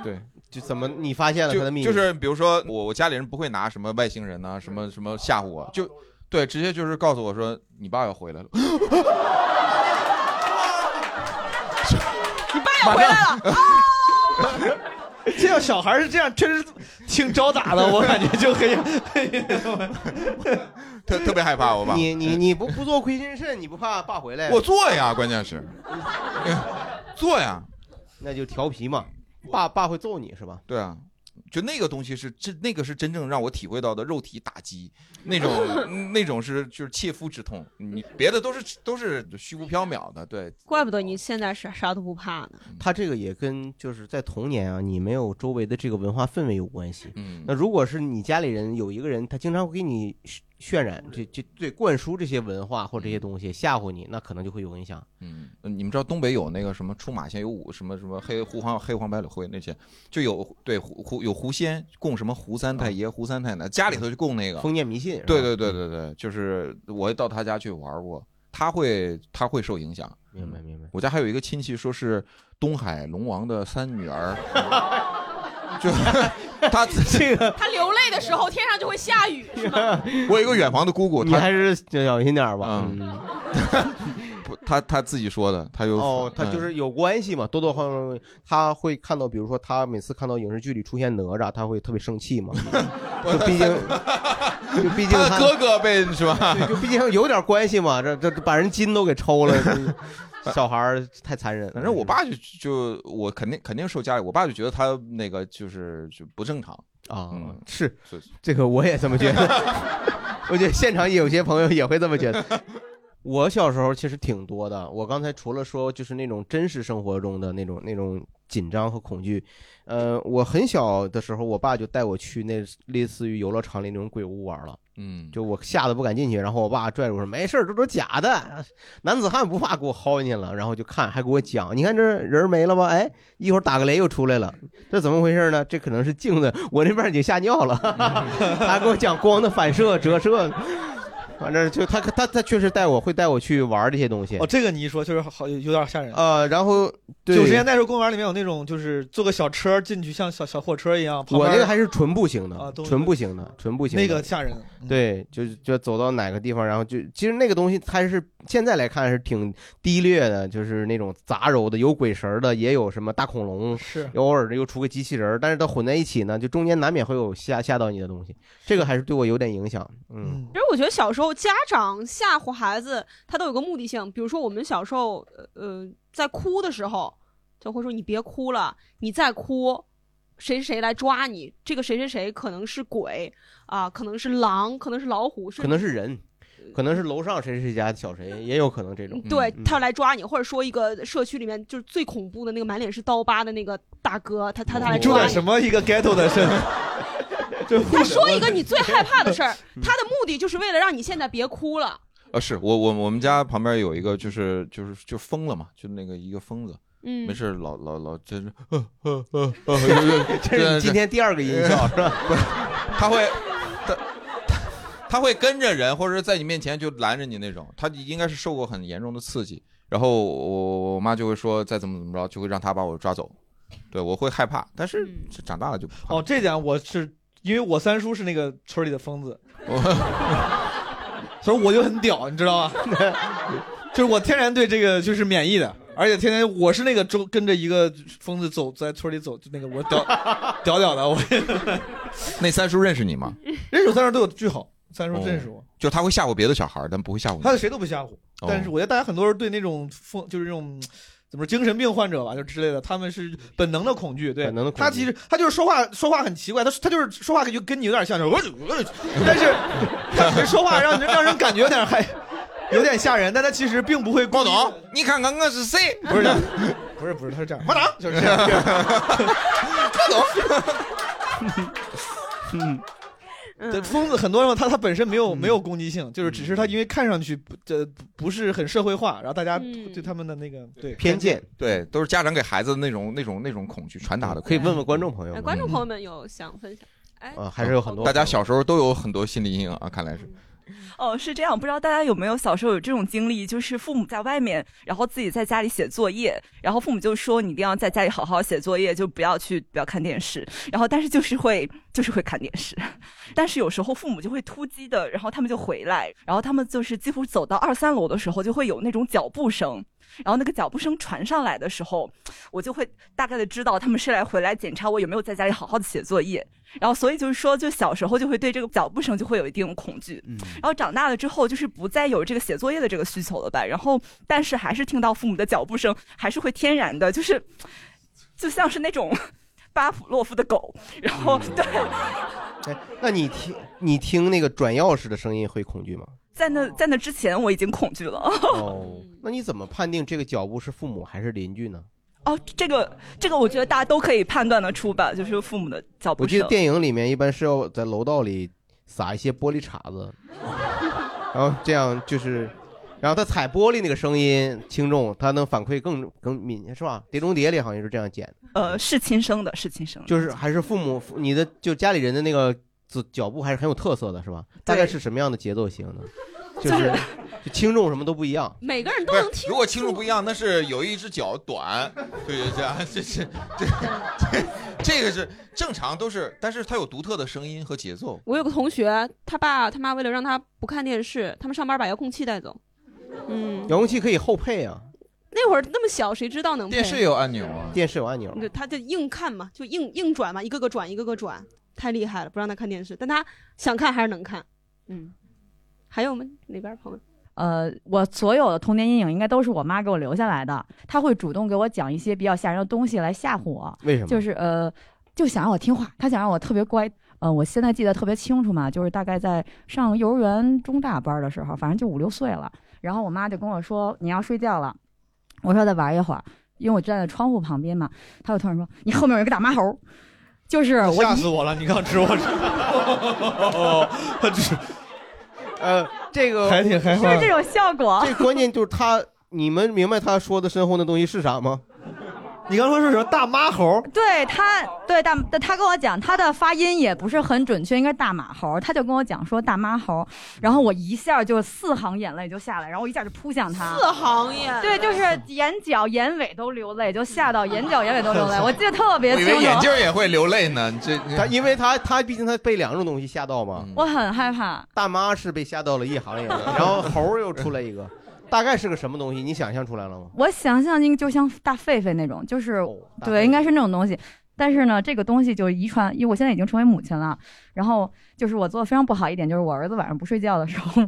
[SPEAKER 3] 对，
[SPEAKER 5] 就怎么你发现了他
[SPEAKER 3] 就
[SPEAKER 5] 的秘密？
[SPEAKER 3] 就是比如说我我家里人不会拿什么外星人呐、什么什么吓唬我，就对，直接就是告诉我说你爸要回来了，
[SPEAKER 2] 你爸要回来了，
[SPEAKER 4] 这要小孩是这样，确实挺招打的，我感觉就很
[SPEAKER 3] 特特别害怕我爸。
[SPEAKER 5] 你你你不不做亏心事，你不怕爸回来？
[SPEAKER 3] 我做呀，关键 是做呀，
[SPEAKER 5] 那就调皮嘛。爸爸会揍你是吧？
[SPEAKER 3] 对啊，就那个东西是真，那个是真正让我体会到的肉体打击，那 种那种是就是切肤之痛，你别的都是都是虚无缥缈的，对，
[SPEAKER 2] 怪不得你现在啥啥都不怕呢。
[SPEAKER 5] 他这个也跟就是在童年啊，你没有周围的这个文化氛围有关系。
[SPEAKER 3] 嗯
[SPEAKER 5] 那如果是你家里人有一个人，他经常会给你渲渲染这这对灌输这些文化或这些东西吓唬你，那可能就会有影响。
[SPEAKER 3] 嗯，你们知道东北有那个什么出马仙有五什么什么黑狐黄黑黄白柳灰那些，就有对狐狐有狐仙供什么狐三太爷、狐三太奶，家里头就供那个
[SPEAKER 5] 啊封建迷信是吧嗯
[SPEAKER 3] 对对对对对，就是我到他家去玩过，他会他会受影响。
[SPEAKER 5] 明白明白。
[SPEAKER 3] 我家还有一个亲戚说是东海龙王的三女儿，就他
[SPEAKER 5] 这个
[SPEAKER 2] 他流泪的时候，天上就会下雨，是吗？
[SPEAKER 3] 我有一个远房的姑姑，
[SPEAKER 5] 你
[SPEAKER 3] 她
[SPEAKER 5] 还是小心点儿吧。嗯，
[SPEAKER 3] 不，他他自己说的，他有嗯
[SPEAKER 5] 哦，他就是有关系嘛，多多少少他会看到，比如说他每次看到影视剧里出现哪吒，他会特别生气嘛。 就毕竟，就毕竟
[SPEAKER 3] 嗯他的哥哥被是吧？
[SPEAKER 5] 对，就毕竟有点关系嘛，这这这把人筋都给 抽了，这小孩儿太残忍了。
[SPEAKER 3] 反正我爸就就我肯定肯定受家里，我爸就觉得他那个就是就不正常
[SPEAKER 5] 啊、
[SPEAKER 3] 嗯
[SPEAKER 5] 是
[SPEAKER 3] 是
[SPEAKER 5] 这个我也这么觉 得，我觉得现场有些朋友也会这么觉得。我小时候其实挺多的，我刚才除了说就是那种真实生活中的那种那种紧张和恐惧，呃，我很小的时候，我爸就带我去那类似于游乐场里那种鬼屋玩了。
[SPEAKER 3] 嗯，
[SPEAKER 5] 就我吓得不敢进去，然后我爸拽着我说：“没事儿，这都是假的，男子汉不怕，给我薅进去了。”然后就看，还给我讲，你看这人没了吧？哎，一会儿打个雷又出来了，这怎么回事呢？这可能是镜子，我那边已经吓尿了。
[SPEAKER 4] 嗯
[SPEAKER 5] 他给我讲光的反射、折射，反正就他他他确实带我会带我去玩这些东西
[SPEAKER 4] 哦，。这个你一说确实好有有点吓人。
[SPEAKER 5] 呃，然后对
[SPEAKER 4] 九十年代时候，公园里面有那种，就是坐个小车进去，像小小货车一样。旁
[SPEAKER 5] 我
[SPEAKER 4] 边
[SPEAKER 5] 这个还是纯步行的
[SPEAKER 4] 啊都，是
[SPEAKER 5] 纯步行的，纯步行的
[SPEAKER 4] 那个吓人。
[SPEAKER 5] 对，就是就走到哪个地方，然后就其实那个东西它是现在来看是挺低劣的，就是那种杂糅的，有鬼神儿的，也有什么大恐龙，
[SPEAKER 4] 是
[SPEAKER 5] 偶尔又出个机器人儿，但是它混在一起呢，就中间难免会有吓吓到你的东西，这个还是对我有点影响。嗯，
[SPEAKER 2] 其实我觉得小时候家长吓唬孩子，他都有个目的性。比如说我们小时候，呃呃，在哭的时候，就会说你别哭了，你再哭，谁谁来抓你。这个谁谁谁可能是鬼啊、可能是狼，可能是老虎，是
[SPEAKER 5] 可能是人，可能是楼上谁谁家小谁，也有可能这种。
[SPEAKER 2] 对
[SPEAKER 5] 嗯
[SPEAKER 2] 他要来抓你，或者说一个社区里面就是最恐怖的那个满脸是刀疤的那个大哥，他他他来
[SPEAKER 4] 你住
[SPEAKER 2] 抓
[SPEAKER 4] 在
[SPEAKER 2] 你。
[SPEAKER 4] 什么一个 ghetto 的镇？这 嗯
[SPEAKER 2] 他说一个你最害怕的事儿，他的目的就是为了让你现在别哭了。
[SPEAKER 3] 啊，是我我我们家旁边有一个就是就是就疯了嘛，就那个一个疯子，
[SPEAKER 2] 嗯
[SPEAKER 3] 没事儿老老老真是，
[SPEAKER 5] 这是你今天第二个音效是吧？
[SPEAKER 3] 他会他他他会跟着人，或者在你面前就拦着你那种，他应该是受过很严重的刺激，然后我我妈就会说再怎么怎么着，就会让他把我抓走，对我会害怕，但是长大了 就不怕了
[SPEAKER 4] 哦，这点我是因为我三叔是那个村里的疯子， 所以我就很屌，你知道吗？ 就是我天然对这个就是免疫的，而且天天我是那个周跟着一个疯子走，在村里走，就那个我屌 屌屌的，我
[SPEAKER 3] 那三叔认识你吗？
[SPEAKER 5] 嗯
[SPEAKER 4] 认识我三叔对我巨好，三叔认识我，
[SPEAKER 3] 哦就他会吓唬别的小孩儿，但不会吓唬你。
[SPEAKER 4] 他对谁都不吓唬，
[SPEAKER 3] 哦
[SPEAKER 4] 但是我觉得大家很多人对那种疯就是这种。怎么说精神病患者吧，就之类的，他们是本能的恐惧，对，本能的恐惧他其实他就是说话说话很奇怪，他他就是说话就跟你有点像，就是我我，但是 他只是说话让人让人感觉有点害，有点吓人，但他其实并不会。郭
[SPEAKER 3] 总，你看看我是谁？
[SPEAKER 4] 不是这样，不是不是，他是这样，班长 就是这样。嗯，对，疯子很多人他他本身没有没有攻击性，就是只是他因为看上去不这不是很社会化，然后大家对他们的那个对
[SPEAKER 5] 偏见，
[SPEAKER 3] 对，都是家长给孩子的那种那种那种恐惧传达的。
[SPEAKER 5] 可以问问观众朋友
[SPEAKER 2] 哎，观众朋友们有想分享？哎，
[SPEAKER 3] 啊，
[SPEAKER 5] 还是有很多
[SPEAKER 3] 大家小时候都有很多心理阴影啊，看来是。
[SPEAKER 10] 哦，是这样，不知道大家有没有小时候有这种经历，就是父母在外面，然后自己在家里写作业，然后父母就说你一定要在家里好好写作业，就不要去不要看电视，然后但是就是会就是会看电视，但是有时候父母就会突击的，然后他们就回来，然后他们就是几乎走到二三楼的时候，就会有那种脚步声。然后那个脚步声传上来的时候，我就会大概的知道他们是来回来检查我有没有在家里好好的写作业。然后所以就是说，就小时候就会对这个脚步声就会有一定的恐惧。然后长大了之后，就是不再有这个写作业的这个需求了吧？然后但是还是听到父母的脚步声，还是会天然的，就是就像是那种 巴甫洛夫的狗，然后
[SPEAKER 5] 嗯
[SPEAKER 10] 对。
[SPEAKER 5] 哎，那你听你听那个转钥匙的声音会恐惧吗？
[SPEAKER 10] 在那在那之前，我已经恐惧了。
[SPEAKER 5] 哦，那你怎么判定这个脚步是父母还是邻居呢？
[SPEAKER 10] 哦，这个这个，我觉得大家都可以判断得出吧，就是父母的脚步
[SPEAKER 5] 我
[SPEAKER 10] 声。
[SPEAKER 5] 记得电影里面一般是要在楼道里撒一些玻璃碴 子，然后这样就是，然后他踩玻璃那个声音轻重，他能反馈更更敏是吧？《碟中谍》里好像是这样剪的，
[SPEAKER 10] 呃，是亲生的，是亲生的，
[SPEAKER 5] 就是还是父母你的就家里人的那个脚脚步还是很有特色的，是吧？大概是什么样的节奏型 的？就是就轻重什么都不一样。
[SPEAKER 2] 每个人
[SPEAKER 3] 都能听。如果轻重不一样，那是有一只脚短，对，这样，这是这这 这个是正常都是，但是它有独特的声音和节奏。
[SPEAKER 2] 我有个同学，他爸他妈为了让他不看电视，他们上班把遥控器带走。嗯，
[SPEAKER 5] 遥控器可以后配 啊，
[SPEAKER 2] 那会儿那么小，谁知道能配
[SPEAKER 3] 电视有按钮啊，
[SPEAKER 5] 电视有按钮。
[SPEAKER 2] 对，他就硬看嘛，就硬硬转嘛，一个个转，一个个转，太厉害了，不让他看电视，但他想看还是能看。嗯，还有吗？哪边朋友？
[SPEAKER 11] 呃，我所有的童年阴影应该都是我妈给我留下来的。她会主动给我讲一些比较吓人的东西来吓唬我。
[SPEAKER 12] 为什么
[SPEAKER 11] 就是呃，就想让我听话，她想让我特别乖。呃，我现在记得特别清楚嘛，就是大概在上幼儿园中大班的时候，反正就五六岁了。然后我妈就跟我说：“你要睡觉了。”我说：“再玩一会儿。”因为我站在窗户旁边嘛，她就突然说：“你后面有一个大马猴。”就是我
[SPEAKER 4] 吓
[SPEAKER 11] 一
[SPEAKER 4] 死我了！你刚吃我，他只
[SPEAKER 5] 哦呃，这个
[SPEAKER 4] 还挺害
[SPEAKER 11] 是这种效 果。
[SPEAKER 5] 这关键就是他，你们明白他说的身后那东西是啥吗？
[SPEAKER 4] 你刚说是什么大妈猴？
[SPEAKER 11] 对他，对大，他跟我讲，他的发音也不是很准确，应该是大马猴。他就跟我讲说大妈猴，然后我一下就四行眼泪就下来，然后我一下就扑向他。
[SPEAKER 2] 四行眼泪
[SPEAKER 11] 对，就是眼角、眼尾都流泪，就吓到眼角、眼尾都流泪。我记得特别
[SPEAKER 3] 我以
[SPEAKER 11] 清
[SPEAKER 3] 为眼镜
[SPEAKER 11] 楚，
[SPEAKER 3] 儿也会流泪呢，这
[SPEAKER 5] 他因为他他毕竟他被两种东西吓到嘛。
[SPEAKER 11] 我很害怕。
[SPEAKER 5] 大妈是被吓到了一行眼 泪，然后猴儿又出来一个，大概是个什么东西？你想象出来了吗？
[SPEAKER 11] 我想象应该就像大狒狒那种，就是、对，应该是那种东西。但是呢，这个东西就是遗传，因为我现在已经成为母亲了。然后就是我做的非常不好一点，就是我儿子晚上不睡觉的时候，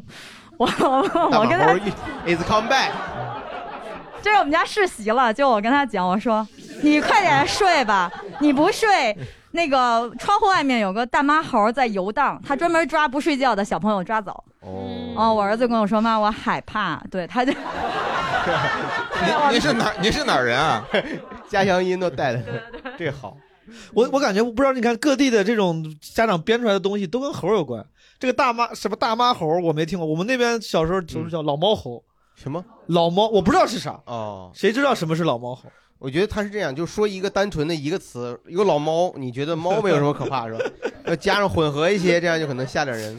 [SPEAKER 11] 我我
[SPEAKER 5] 大
[SPEAKER 11] 我
[SPEAKER 5] 马
[SPEAKER 11] 跟
[SPEAKER 5] 猴
[SPEAKER 11] 他
[SPEAKER 5] 儿一 is come back，
[SPEAKER 11] 这是我们家世袭了，就我跟他讲，我说你快点睡吧，你不睡，那个窗户外面有个大妈猴在游荡，他专门抓不睡觉的小朋友抓走。
[SPEAKER 5] 哦，
[SPEAKER 11] 哦，我儿子跟我说妈，我害怕，对，他就
[SPEAKER 3] 您您是哪您是哪儿人啊？
[SPEAKER 5] 家乡音都带来了，这好。
[SPEAKER 4] 我我感觉我不知道，你看各地的这种家长编出来的东西都跟猴有关。这个大妈什么大妈猴儿我没听过，我们那边小时候就是叫老猫猴，
[SPEAKER 5] 嗯什么
[SPEAKER 4] 老猫，我不知道是啥，
[SPEAKER 5] 哦，
[SPEAKER 4] 谁知道什么是老猫猴？
[SPEAKER 5] 我觉得他是这样，就说一个单纯的一个词，一个老猫，你觉得猫没有什么可怕 是吧？要加上混合一些，这样就可能吓点人。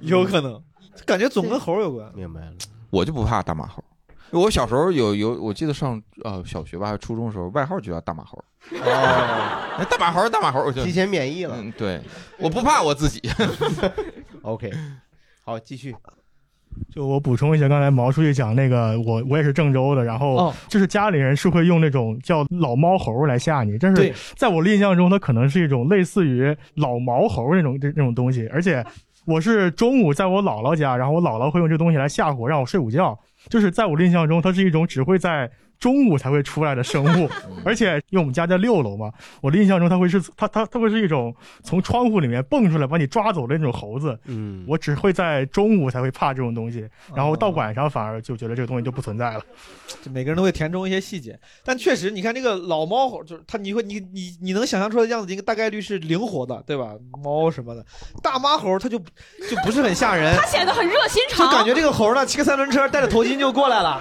[SPEAKER 4] 有可能，感觉总跟猴有关。
[SPEAKER 5] 明白了，
[SPEAKER 3] 我就不怕大马猴。我小时候有有，我记得上呃小学吧，还是初中的时候，外号就叫大马猴。
[SPEAKER 5] 嗯
[SPEAKER 3] 哦，大马猴，大马猴，我就
[SPEAKER 5] 提前免疫了。
[SPEAKER 3] 嗯，对，我不怕我自己。
[SPEAKER 5] OK，好，继续。
[SPEAKER 12] 就我补充一下，刚才毛书记讲那个，我我也是郑州的，然后就是家里人是会用那种叫老猫猴来吓你，但是在我的印象中，它可能是一种类似于老毛猴那种这这种东西，而且我是中午在我姥姥家，然后我姥姥会用这个东西来吓唬我，让我睡午觉，就是在我的印象中，它是一种只会在。中午才会出来的生物，而且因为我们家在六楼嘛，我的印象中它会是它它它会是一种从窗户里面蹦出来把你抓走的那种猴子。
[SPEAKER 5] 嗯，
[SPEAKER 12] 我只会在中午才会怕这种东西，然后到晚上反而就觉得这个东西就不存在了。
[SPEAKER 4] 就每个人都会填充一些细节，但确实，你看这个老猫猴，就是它，你会你你你能想象出来的样子，应该大概率是灵活的，对吧？猫什么的，大妈猴它就就不是很吓人，
[SPEAKER 2] 他显得很热心肠，
[SPEAKER 4] 哎就感觉这个猴呢骑个三轮车，戴着头巾就过来了，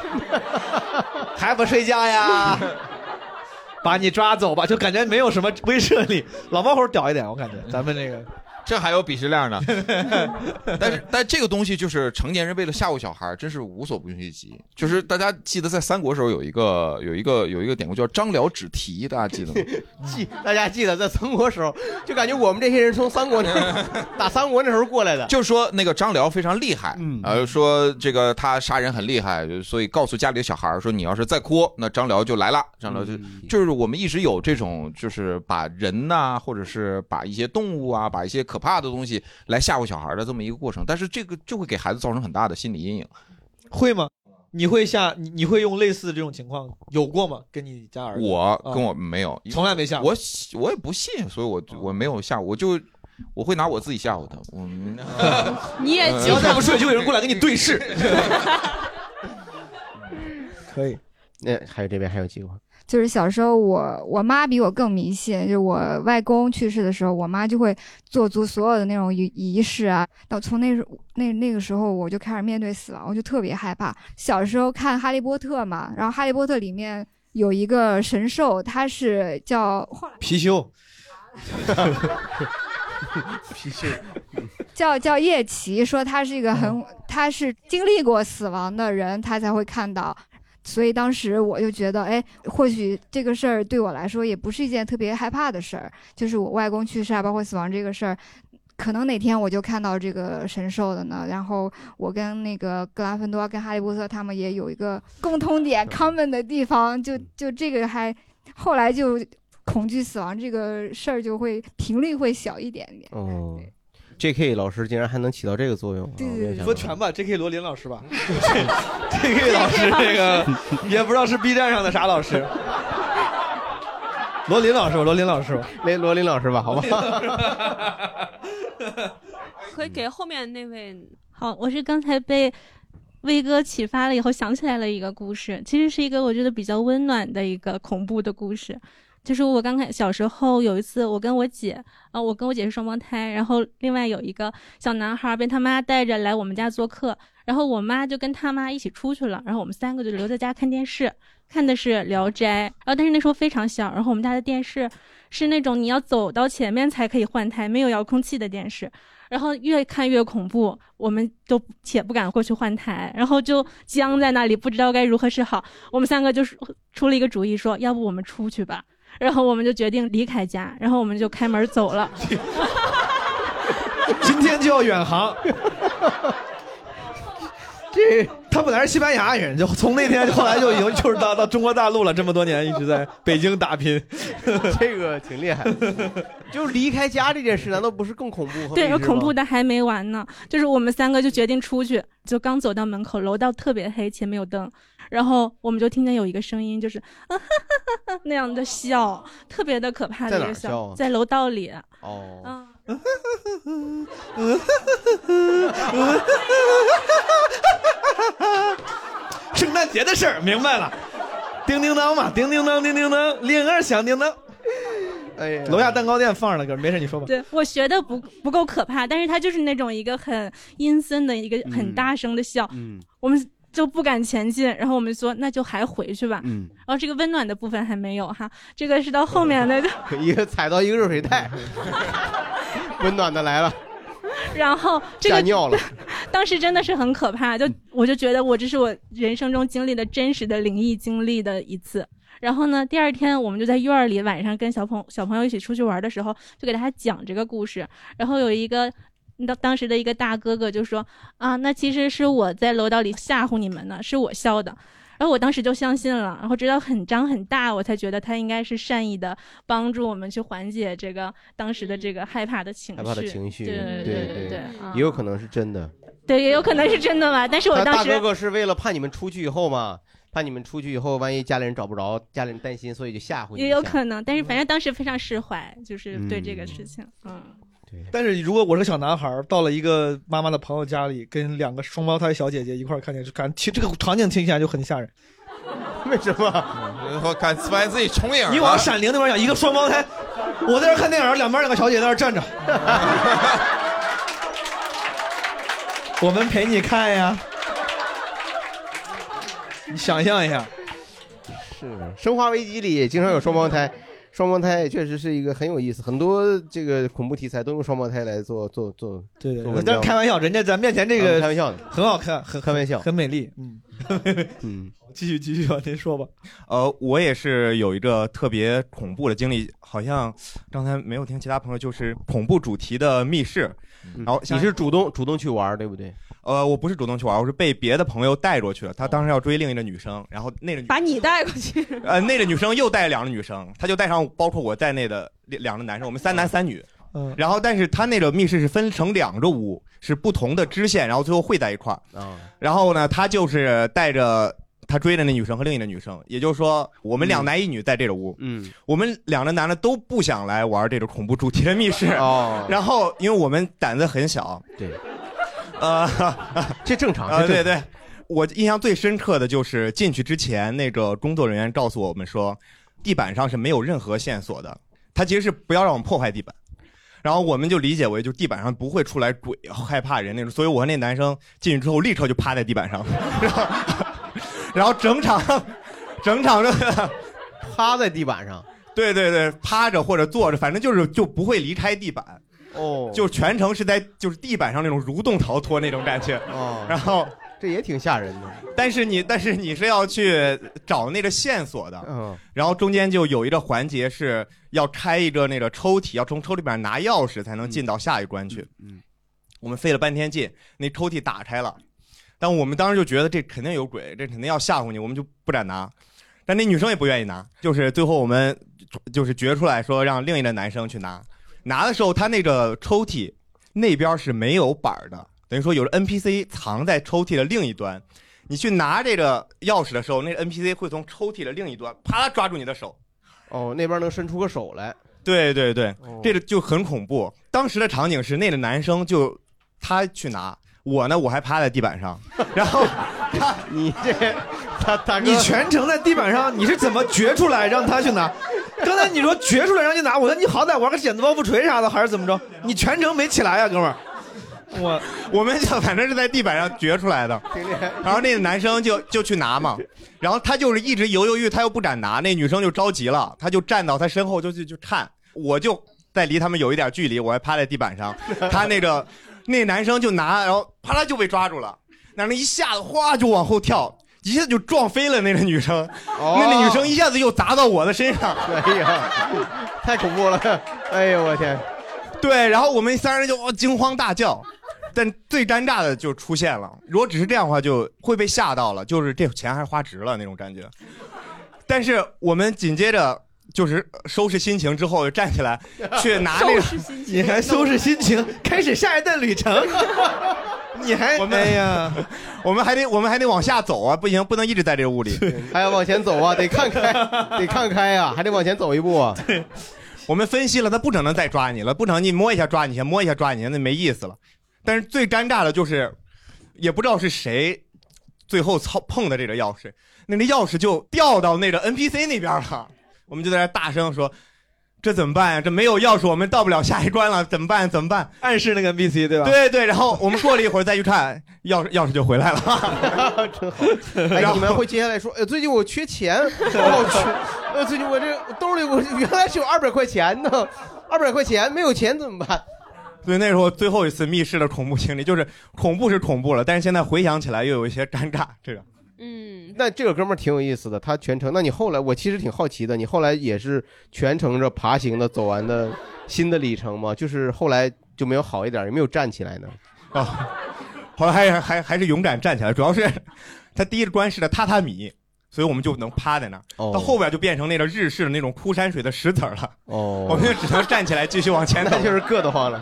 [SPEAKER 4] 还不睡觉呀？把你抓走吧，就感觉没有什么威慑力。老猫猴屌一点，我感觉咱们这个
[SPEAKER 3] 这还有鄙视 链呢。但是，但这个东西就是成年人为了吓唬小孩儿，真是无所不用其极。就是大家记得在三国时候有一个有一个有一个典故叫张辽止蹄，大家记得吗？
[SPEAKER 5] 记大家记得在三国时候，就感觉我们这些人从三国那儿打三国那时候过来的，
[SPEAKER 3] 就说那个张辽非常厉害，
[SPEAKER 4] 嗯
[SPEAKER 3] 呃，说这个他杀人很厉害，所以告诉家里的小孩儿说，你要是再哭，那张辽就来了。张辽就、
[SPEAKER 4] 嗯
[SPEAKER 3] 就是我们一直有这种，就是把人呐、或者是把一些动物啊，把一些可怕的东西来吓唬小孩儿的这么一个过程，但是这个就会给孩子造成很大的心理阴影。
[SPEAKER 4] 会吗？你会下你你会用类似这种情况有过吗？跟你家儿子，
[SPEAKER 3] 我跟我
[SPEAKER 4] 啊
[SPEAKER 3] 没有，
[SPEAKER 4] 从来没吓过
[SPEAKER 3] 我我也不信，所以我我没有吓唬，我就我会拿我自己吓唬他。我
[SPEAKER 2] 你也
[SPEAKER 3] 嗯
[SPEAKER 2] 经常
[SPEAKER 4] 来跟你对 视。
[SPEAKER 5] 可以。那还有这边还有几个，
[SPEAKER 7] 就是小时候我我妈比我更迷信，就是我外公去世的时候，我妈就会做足所有的那种仪仪式啊。到从那时那那个时候，我就开始面对死亡，我就特别害怕。小时候看《哈利波特》嘛，然后《哈利波特》里面有一个神兽，它是叫后来
[SPEAKER 4] 貔貅，
[SPEAKER 5] 貔貅，
[SPEAKER 7] 叫叫叶奇，说他是一个很，他是经历过死亡的人，他才会看到。所以当时我就觉得，哎，或许这个事儿对我来说也不是一件特别害怕的事儿，就是我外公去世啊，包括死亡这个事儿，可能哪天我就看到这个神兽了呢。然后我跟那个格兰芬多、啊跟哈利波特他们也有一个 嗯共通点 common 的地方，就就这个还后来就恐惧死亡这个事儿就会频率会小一点点。
[SPEAKER 5] 哦，J.K. 老师竟然还能起到这个作用，
[SPEAKER 7] 对
[SPEAKER 5] 啊
[SPEAKER 7] 对
[SPEAKER 5] 我也
[SPEAKER 4] 你
[SPEAKER 5] 想
[SPEAKER 4] 说
[SPEAKER 5] 到
[SPEAKER 4] 全吧，J.K. 罗琳 老师吧，J.K. 老师这个也不知道是 B 站上的啥老师，罗琳老师吧，罗琳老师吧，
[SPEAKER 5] 雷罗琳老师吧，好吧。
[SPEAKER 2] 可以给后面那位
[SPEAKER 13] 好，我是刚才被威哥启发了以后想起来了一个故事，其实是一个我觉得比较温暖的一个恐怖的故事。就是我刚开小时候有一次，我跟我姐，啊、我跟我姐是双胞胎，然后另外有一个小男孩被他妈带着来我们家做客，然后我妈就跟他妈一起出去了，然后我们三个就留在家看电视，看的是《聊斋》，然后但是那时候非常小，然后我们家的电视是那种你要走到前面才可以换台，没有遥控器的电视，然后越看越恐怖，我们都且不敢过去换台，然后就僵在那里，不知道该如何是好。我们三个就是出了一个主意说，要不我们出去吧。然后我们就决定离开家，然后我们就开门走 了。
[SPEAKER 4] 今天就要 远航。这他本来是西班牙人，就从那天后来就已经就是到到中国大陆了，这么多年一直在北京打拼，
[SPEAKER 5] 这个挺厉害的， 就离开家这件事，难道不是更恐怖和
[SPEAKER 13] 对，
[SPEAKER 5] 未知吗
[SPEAKER 13] 恐怖的还没完呢，就是我们三个就决定出去，就刚走到门口，楼道特别黑，前面有灯，然后我们就听见有一个声音，就是、啊、哈哈哈哈那样的笑，特别的可怕的
[SPEAKER 5] 在
[SPEAKER 13] 一
[SPEAKER 5] 哪
[SPEAKER 13] 个
[SPEAKER 5] 儿笑啊
[SPEAKER 13] 在楼道 里。
[SPEAKER 5] 哦，
[SPEAKER 4] 圣诞节的事儿明白了，叮叮当嘛，叮叮当，叮叮当，铃儿响叮当。
[SPEAKER 5] 哎，
[SPEAKER 4] 楼下蛋糕店放着的歌，没事，你说吧。
[SPEAKER 13] 对我学的不不够可怕，但是他就是那种一个很阴森的一个很大声的笑，
[SPEAKER 5] 嗯
[SPEAKER 13] 我们就不敢前进，然后我们说那就还回去吧。
[SPEAKER 5] 嗯，
[SPEAKER 13] 然后这个温暖的部分还没有哈，这个是到后面的。
[SPEAKER 5] 一个踩到一个热 水袋，温暖的来了，
[SPEAKER 13] 然后这
[SPEAKER 5] 吓
[SPEAKER 13] 个
[SPEAKER 5] 尿了。
[SPEAKER 13] 当时真的是很可怕，
[SPEAKER 5] 嗯
[SPEAKER 13] 就我就觉得我这是我人生中经历的真实的灵异经历的一次。然后呢，第二天我们就在院儿里晚上跟小朋小朋友一起出去玩的时候，就给大家讲这个故事。然后有一个当当时的一个大哥哥就说：“啊，那其实是我在楼道里吓唬你们呢，是我笑的。”然后我当时就相信了，然后直到很张很大，我才觉得他应该是善意的帮助我们去缓解这个当时的这个害怕的情绪，
[SPEAKER 5] 害怕的情绪，
[SPEAKER 13] 对
[SPEAKER 5] 对
[SPEAKER 13] 对
[SPEAKER 5] 对
[SPEAKER 13] 对，啊
[SPEAKER 5] 也有可能是真的。
[SPEAKER 13] 对，也有可能是真的吧。但是我
[SPEAKER 5] 但
[SPEAKER 13] 当
[SPEAKER 5] 大
[SPEAKER 13] 时
[SPEAKER 5] 哥哥是为了怕你们出去以后嘛，怕你们出去以后，万一家里人找不着，家里人担心，所以就吓唬你一下。
[SPEAKER 13] 也有可能，但是
[SPEAKER 5] 嗯
[SPEAKER 13] 反正当时非常释怀，就是对这个事情，嗯。
[SPEAKER 4] 但是如果我是个小男孩儿，到了一个妈妈的朋友家里，跟两个双胞胎小姐姐一块儿看电视，感听这个场景听起来就很吓人。为什么？
[SPEAKER 3] 嗯我感发现自己重影了。啊
[SPEAKER 4] 你往《闪灵》那边想，一个双 胞胎，我在这儿看电影，两边两个小姐在那儿站着。我们陪你看呀。你想象一下，
[SPEAKER 5] 是《生化危机》里也经常有双胞胎，双胞胎也确实是一个很有意思，很多这个恐怖题材都用双胞胎来做做做
[SPEAKER 4] 对
[SPEAKER 5] 做
[SPEAKER 4] 对对
[SPEAKER 5] 文
[SPEAKER 4] 但
[SPEAKER 5] 章。
[SPEAKER 4] 是开玩笑，人家咱面前这个
[SPEAKER 5] 啊开玩笑的
[SPEAKER 4] 很好看，很
[SPEAKER 5] 开玩笑
[SPEAKER 4] 很美丽。嗯
[SPEAKER 5] 嗯，
[SPEAKER 4] 继续继续吧，您说吧。
[SPEAKER 14] 呃，我也是有一个特别恐怖的经历，好像刚才没有听其他朋友，就是恐怖主题的密室。然后
[SPEAKER 5] 嗯你是主动主动去玩，对不对？
[SPEAKER 14] 呃，我不是主动去玩，我是被别的朋友带过去的。他当时要追另一个女生，然后那个女
[SPEAKER 2] 把你带过去。
[SPEAKER 14] 呃那个女生又带两个女生，他就带上包括我在内的两两个男生，我们三男三女。
[SPEAKER 4] 嗯
[SPEAKER 14] 然后，但是他那个密室是分成两个屋，是不同的支线，然后最后汇在一块儿。
[SPEAKER 5] 啊，
[SPEAKER 14] 然后呢，他就是带着他追的那女生和另一个女生，也就是说，我们两男一女在这个屋。
[SPEAKER 5] 嗯，
[SPEAKER 14] 我们两个男的都不想来玩这种恐怖主题的密室。
[SPEAKER 5] 哦
[SPEAKER 14] 然后因为我们胆子很小，
[SPEAKER 5] 对，
[SPEAKER 14] 呃，
[SPEAKER 5] 这正常，
[SPEAKER 14] 呃，
[SPEAKER 5] 这
[SPEAKER 14] 对
[SPEAKER 5] 正
[SPEAKER 14] 对。我印象最深刻的就是进去之前，那个工作人员告诉我们说，地板上是没有任何线索的，他其实是不要让我们破坏地板。然后我们就理解为，就地板上不会出来鬼害怕人那种，所以我和那男生进去之后，立刻就趴在地板上，然后 然后整场整场的
[SPEAKER 5] 趴在地板上，
[SPEAKER 14] 对对对，趴着或者坐着，反正就是就不会离开地板，
[SPEAKER 5] 哦，
[SPEAKER 14] 就全程是在就是地板上那种蠕动逃脱那种感觉，
[SPEAKER 5] 哦，
[SPEAKER 14] 然后
[SPEAKER 5] 这也挺吓人的。
[SPEAKER 14] 但是你但是你是要去找那个线索的，
[SPEAKER 5] 嗯，
[SPEAKER 14] 然后中间就有一个环节是要开一个那个抽屉，要从抽屉里面拿钥匙才能进到下一关去。
[SPEAKER 5] 嗯，
[SPEAKER 14] 我们费了半天劲，那抽屉打开了，但我们当时就觉得这肯定有鬼，这肯定要吓唬你，我们就不敢拿。但那女生也不愿意拿，就是最后我们就是决出来说让另一个男生去拿。拿的时候，他那个抽屉那边是没有板儿的，等于说有了 NPC 藏在抽屉的另一端。你去拿这个钥匙的时候，那个 NPC 会从抽屉的另一端啪啦抓住你的手，
[SPEAKER 5] 哦，那边能伸出个手来。哦
[SPEAKER 14] 对对对，这个就很恐怖。当时的场景是那个男生就他去拿，我呢我还趴在地板上， 然后他
[SPEAKER 5] 你这他他
[SPEAKER 4] 你全程在地板上，你是怎么掘出来让他去拿？刚才你说掘出来让你拿，我说你好歹玩个剪子包袱锤啥的，还是怎么着？你全程没起来
[SPEAKER 14] 啊
[SPEAKER 4] 呀、哥们儿。我
[SPEAKER 14] 我们就反正是在地板上掘出来的，然后那个男生就就去拿 嘛，然后他就是一直犹犹豫，他又不敢拿，那女生就着急了，他就站到他身后就就就看，我就在离他们有一点距离，我还趴在地板上，他那个那男生就拿，然后啪啦就被抓住了，男生一下子哗就往后跳。一下就撞飞了那个女生，那那女生一下子又砸到我的身上，
[SPEAKER 5] 哦哎呀，太恐怖了！哎呦我天，
[SPEAKER 14] 对，然后我们三人就、哦、惊慌大叫，但最尴尬的就出现了。如果只是这样的话，就会被吓到了，就是这钱还是花值了那种感觉。但是我们紧接着就是收拾心情之后，站起来去拿那个，
[SPEAKER 4] 你还收拾心情，开始下一段旅程。你还
[SPEAKER 14] 我们
[SPEAKER 4] 哎呀，
[SPEAKER 14] 我们还得我们还得往下走啊，不行，不能一直在这个屋里。
[SPEAKER 5] 还要往前走啊，得看开，得看开
[SPEAKER 14] 啊
[SPEAKER 5] 呀、还得往前走一步啊。
[SPEAKER 14] 我们分析了，他不可能再抓你了，不可能你摸一下抓你一下，摸一下抓你一下，那没意思了。但是最尴尬的就是，也不知道是谁最后操碰的这个钥匙，那个钥匙就掉到那个 NPC 那边了。我们就在那大声说：“这怎么办呀、这没有钥匙，我们到不了下一关了，怎么办？怎么办？
[SPEAKER 4] 暗示那个 NPC 对吧？
[SPEAKER 14] 对对，然后我们过了一会儿再去看，钥匙钥匙就回来了。
[SPEAKER 5] 哎
[SPEAKER 14] 然，后
[SPEAKER 5] 你们会接下来说，呃，最近我 缺钱，我缺，呃，最近我这兜里我原来是有二百块钱呢，二百块钱没有钱怎么办？
[SPEAKER 14] 对，那是我最后一次密室的恐怖经历，就是恐怖是恐怖了，但是现在回想起来又有一些尴尬。这个
[SPEAKER 5] 那这个哥们儿挺有意思的，他全程，那你后来我其实挺好奇的，你后来也是全程这爬行的走完的新的里程吗？就是后来就没有好一点，有没有站起来呢？
[SPEAKER 14] 啊，后来还还还是勇敢站起来，主要是他第一关是的榻榻米，所以我们就能趴在那儿。到后边就变成那个日式的那种枯山水的石子儿了，
[SPEAKER 5] 哦，
[SPEAKER 14] 我们就只能站起来继续往前走。那
[SPEAKER 5] 就是硌得慌了。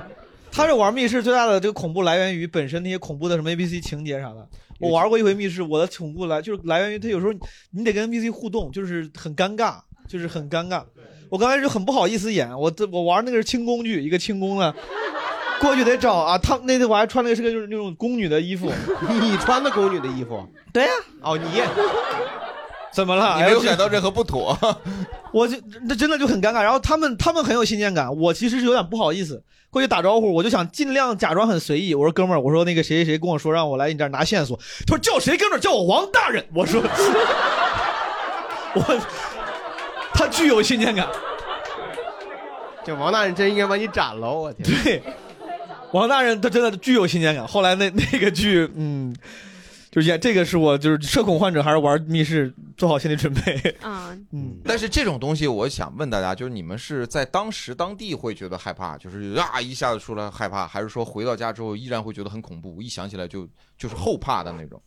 [SPEAKER 4] 他这玩密室最大的这个恐怖来源于本身那些恐怖的什么 NPC 情节啥的。我玩过一回密室，我的恐怖来就是来源于他有时候你你得跟 NPC 互动，就是很尴尬，就是很尴尬。我刚开始很不好意思演，我这我玩那个是轻工具，一个轻功的， 过去得找啊，他那天我还穿那个是个就是那种宫女的衣服，
[SPEAKER 5] 你穿的宫女的衣服？
[SPEAKER 4] 对呀、
[SPEAKER 5] 哦，你
[SPEAKER 4] 怎么了？
[SPEAKER 3] 你没有感
[SPEAKER 4] 到
[SPEAKER 3] 任何不妥，
[SPEAKER 4] 我就那真的就很尴尬。然后他们他们很有新鲜感，我其实是有点不好意思。过去打招呼，我就想尽量假装很随意。我说哥们儿，我说那个谁谁谁跟我说让我来你这儿拿线索，他说叫谁哥们儿叫我王大人。我说 我他具有新鲜感。
[SPEAKER 5] 这王大人真应该把你斩了，我天！
[SPEAKER 4] 对，王大人他真的具有新鲜感。后来那那个剧，嗯，就是演这个是我就是社恐患者还是玩密室做好心理准备。
[SPEAKER 2] 啊，
[SPEAKER 4] 嗯，
[SPEAKER 3] 但是这种东西，我想问大家，就是你们是在当时当地会觉得害怕，就是啊一下子出来害怕，还是说回到家之后依然会觉得很恐怖，一想起来就就是后怕的那种？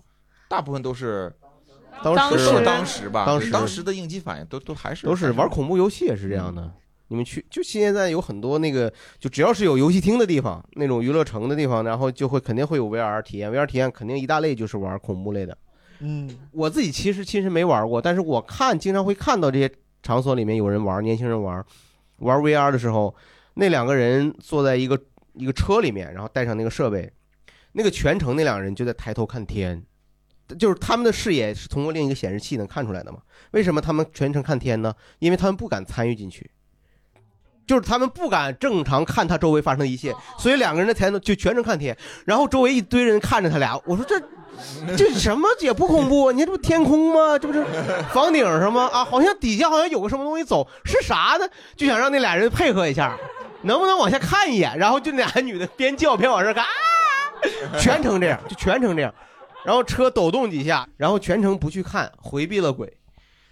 [SPEAKER 3] 大部分都是
[SPEAKER 5] 当
[SPEAKER 3] 都
[SPEAKER 5] 时
[SPEAKER 3] 是当时吧，
[SPEAKER 5] 当
[SPEAKER 3] 对
[SPEAKER 5] 时
[SPEAKER 3] 当时的应激反应都都还是嗯
[SPEAKER 5] 都是玩恐怖游戏也是这样的。你们去，就现在有很多那个，就只要是有游戏厅的地方，那种娱乐城的地方，然后就会肯定会有 VR 体验，VR 体验肯定一大类就是玩恐怖类的。
[SPEAKER 4] 嗯，
[SPEAKER 5] 我自己其实亲身没玩过，但是我看经常会看到这些场所里面有人玩，年轻人玩，玩 VR 的时候，那两个人坐在一个一个车里面，然后带上那个设备，那个全程那两个人就在抬头看天，就是他们的视野是通过另一个显示器能看出来的嘛？为什么他们全程看天呢？因为他们不敢参与进去。就是他们不敢正常看他周围发生的一切，所以两个人的才能就全程看天，然后周围一堆人看着他俩，我说这 这什么也不恐怖，你看这不天空吗？这不是房顶上吗？啊，好像底下好像有个什么东西走，是啥呢？就想让那俩人配合一下，能不能往下看一眼？然后就俩女的边叫边往上看，啊，全程这样，就全程这样，然后车抖动几下，然后全程不去看，回避了鬼。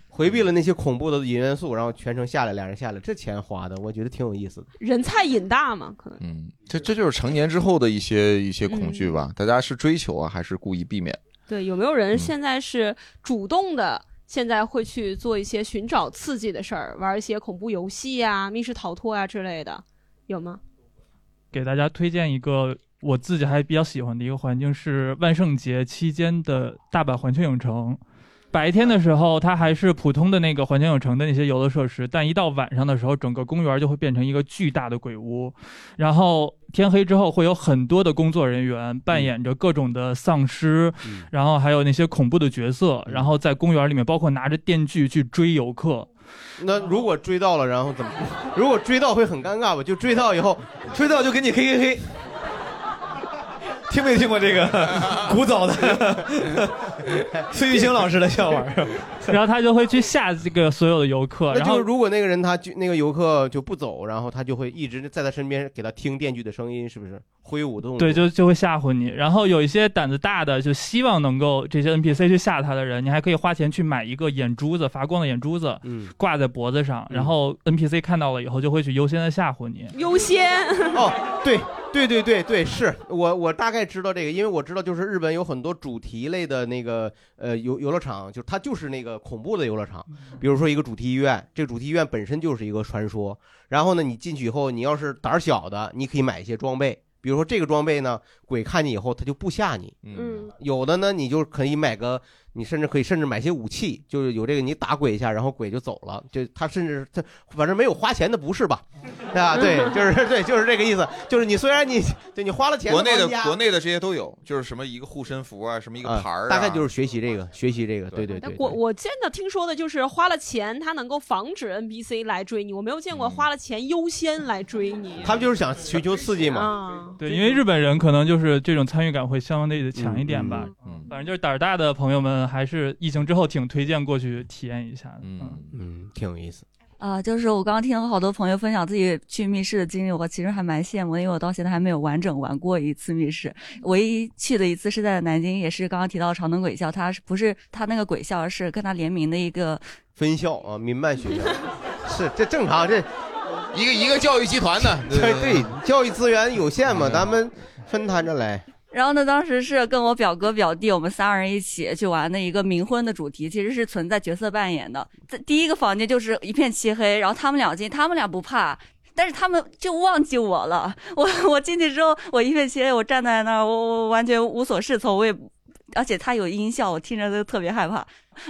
[SPEAKER 5] 回避了那些恐怖的元素，然后全程下来，俩人下来，这钱花的，我觉得挺有意思的。
[SPEAKER 2] 人菜瘾大嘛，可能。
[SPEAKER 3] 嗯，这这就是成年之后的一些一些恐惧吧。大家是追求啊，还是故意避免？
[SPEAKER 2] 对，有没有
[SPEAKER 5] 嗯
[SPEAKER 2] 人现在是主动的？现在会去做一些寻找刺激的事儿，玩一些恐怖游戏啊、密室逃脱啊之类的，有吗？
[SPEAKER 15] 给大家推荐一个我自己还比较喜欢的一个环境是万圣节期间的大阪环球影城。白天的时候，它还是普通的那个环球影城的那些游乐设施，但一到晚上的时候，整个公园就会变成一个巨大的鬼屋。然后天黑之后，会有很多的工作人员扮演着各种的丧尸，然后还有那些恐怖的角色，然后在公园里面，包括拿着电锯去追游 客。
[SPEAKER 5] 那如果追到了，然后怎么？ 如果追到会很尴尬吧？就追到以后，
[SPEAKER 4] 追到就给你嘿嘿嘿。听没听过 这个古早的费玉清老师的笑话？
[SPEAKER 15] 然后他就会去吓这个所有的游客，
[SPEAKER 5] 那
[SPEAKER 15] 然
[SPEAKER 5] 就
[SPEAKER 15] 后
[SPEAKER 5] 是如果那个人他就那个游客就不走，然后他就会一直在他身边给他听电锯的声音，是不是？挥舞动作。
[SPEAKER 15] 对，就就会吓唬你。然后有一些胆子大的，就希望能够这些 NPC 去吓他的人，你还可以花钱去买一个眼珠子，发光的眼珠子，
[SPEAKER 5] 嗯，
[SPEAKER 15] 挂在脖子上，然后 NPC 看到了以后就会去优先的吓唬你。
[SPEAKER 2] 优先
[SPEAKER 5] 哦，对对对对对，是我我大概知道这个，因为我知道就是日本有很多主题类的那个呃游游乐场，就是它就是那个恐怖的游乐场，比如说一个主题医院，这个主题医院本身就是一个传说，然后呢你进去以后，你要是胆儿小的，你可以买一些装备。比如说这个装备呢，鬼看见以后他就不吓你，
[SPEAKER 3] 嗯，
[SPEAKER 5] 有的呢你就可以买个你甚至可以甚至买些武器，就是有这个你打鬼一下，然后鬼就走了，就他甚至他反正没有花钱的不是吧？ 啊，对，就是对，就是这个意思，就是你虽然你对你花了钱，
[SPEAKER 3] 国内的
[SPEAKER 5] 玩家
[SPEAKER 3] 国内的这些都有，就是什么一个护身符啊，什么一个牌儿、啊
[SPEAKER 5] 大概就是学习这个，学习这个，对对
[SPEAKER 2] 但
[SPEAKER 5] 对。
[SPEAKER 2] 我我真的听说的就是花了钱，他能够防止 NPC 来追你。我没有见
[SPEAKER 5] 嗯
[SPEAKER 2] 过花了钱优先来追你。
[SPEAKER 5] 他们就是想寻求刺激嘛，
[SPEAKER 2] 啊，
[SPEAKER 15] 对，因为日本人可能就是这种参与感会相对的强一点吧。
[SPEAKER 5] 嗯
[SPEAKER 15] 反正就是胆儿大的朋友们，还是疫情之后挺推荐过去体验一下的。嗯
[SPEAKER 5] 嗯，挺有意思。
[SPEAKER 16] 啊、就是我刚刚听了好多朋友分享自己去密室的经历，我其实还蛮羡慕的，因为我到现在还没有完整玩过一次密室。唯一去的一次是在南京，也是刚刚提到长灯鬼校，它是不是它那个鬼校是跟它联名的一个
[SPEAKER 5] 分校啊，民办学校，是这正常，这
[SPEAKER 16] 一
[SPEAKER 5] 个 一个教育集团呢，对对，嗯教育资源有限嘛，咱们分摊着来。
[SPEAKER 16] 然后呢，当时是跟我表哥表弟，我们三人一起去玩的一个冥婚的主题，其实是存在角色扮演的。这第一个房间就是一片漆黑，然后他们俩进，他们俩不怕。但是他们就忘记我了，我 我进去之后，我一片漆黑，我站在那儿，我我完全无所适从，我也，而且它有音效，我听着都特别害怕。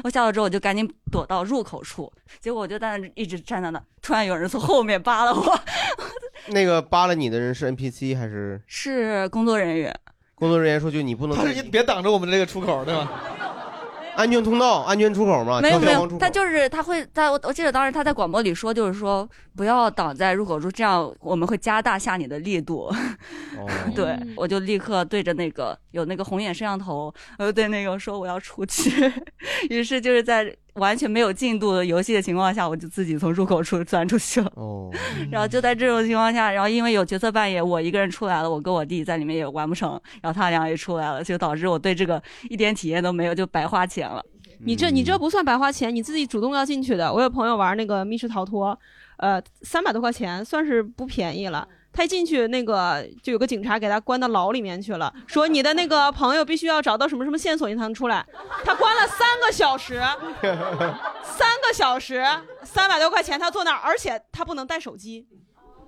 [SPEAKER 16] 我下楼之后，我就赶紧躲到入口处，结果我就在那一直站在那，突然有人从后面扒拉我，
[SPEAKER 5] 那个扒拉你的人是 NPC 还是
[SPEAKER 16] 是工作人员，
[SPEAKER 5] 工作人员说句你不能？
[SPEAKER 16] 他是你
[SPEAKER 5] 别挡着我们这个出口，对吧？安全通道、安全出口嘛，
[SPEAKER 16] 没有
[SPEAKER 5] 消
[SPEAKER 16] 没
[SPEAKER 5] 防
[SPEAKER 16] 有
[SPEAKER 5] 出，口
[SPEAKER 16] 他就是他会在我我记得当时他在广播里说，就是说不要挡在入口处，这样我们会加大下你的力度。
[SPEAKER 5] 哦
[SPEAKER 16] 对，我就立刻对着那个有那个红眼摄像头，我就对那个说我要出去。 于是就是在完全没有进度的游戏的情况下，我就自己从入口处钻出去了。
[SPEAKER 5] 哦，
[SPEAKER 16] 然后就在这种情况下，然后因为有角色扮演，我一个人出来了，我跟我弟在里面也玩不成，然后他俩也出来了，就导致我对这个一点体验都没有，就白花钱了。
[SPEAKER 2] 你这你这不算白花钱，你自己主动要进去的。我有朋友玩那个密室逃脱，呃，三百多块钱算是不便宜了。他一进去，那个就有个警察给他关到牢里面去了，说你的那个朋友必须要找到什么什么线索你才能出来。他关了三个小时，三个小时，三百多块钱，他坐那儿，而且他不能带手机，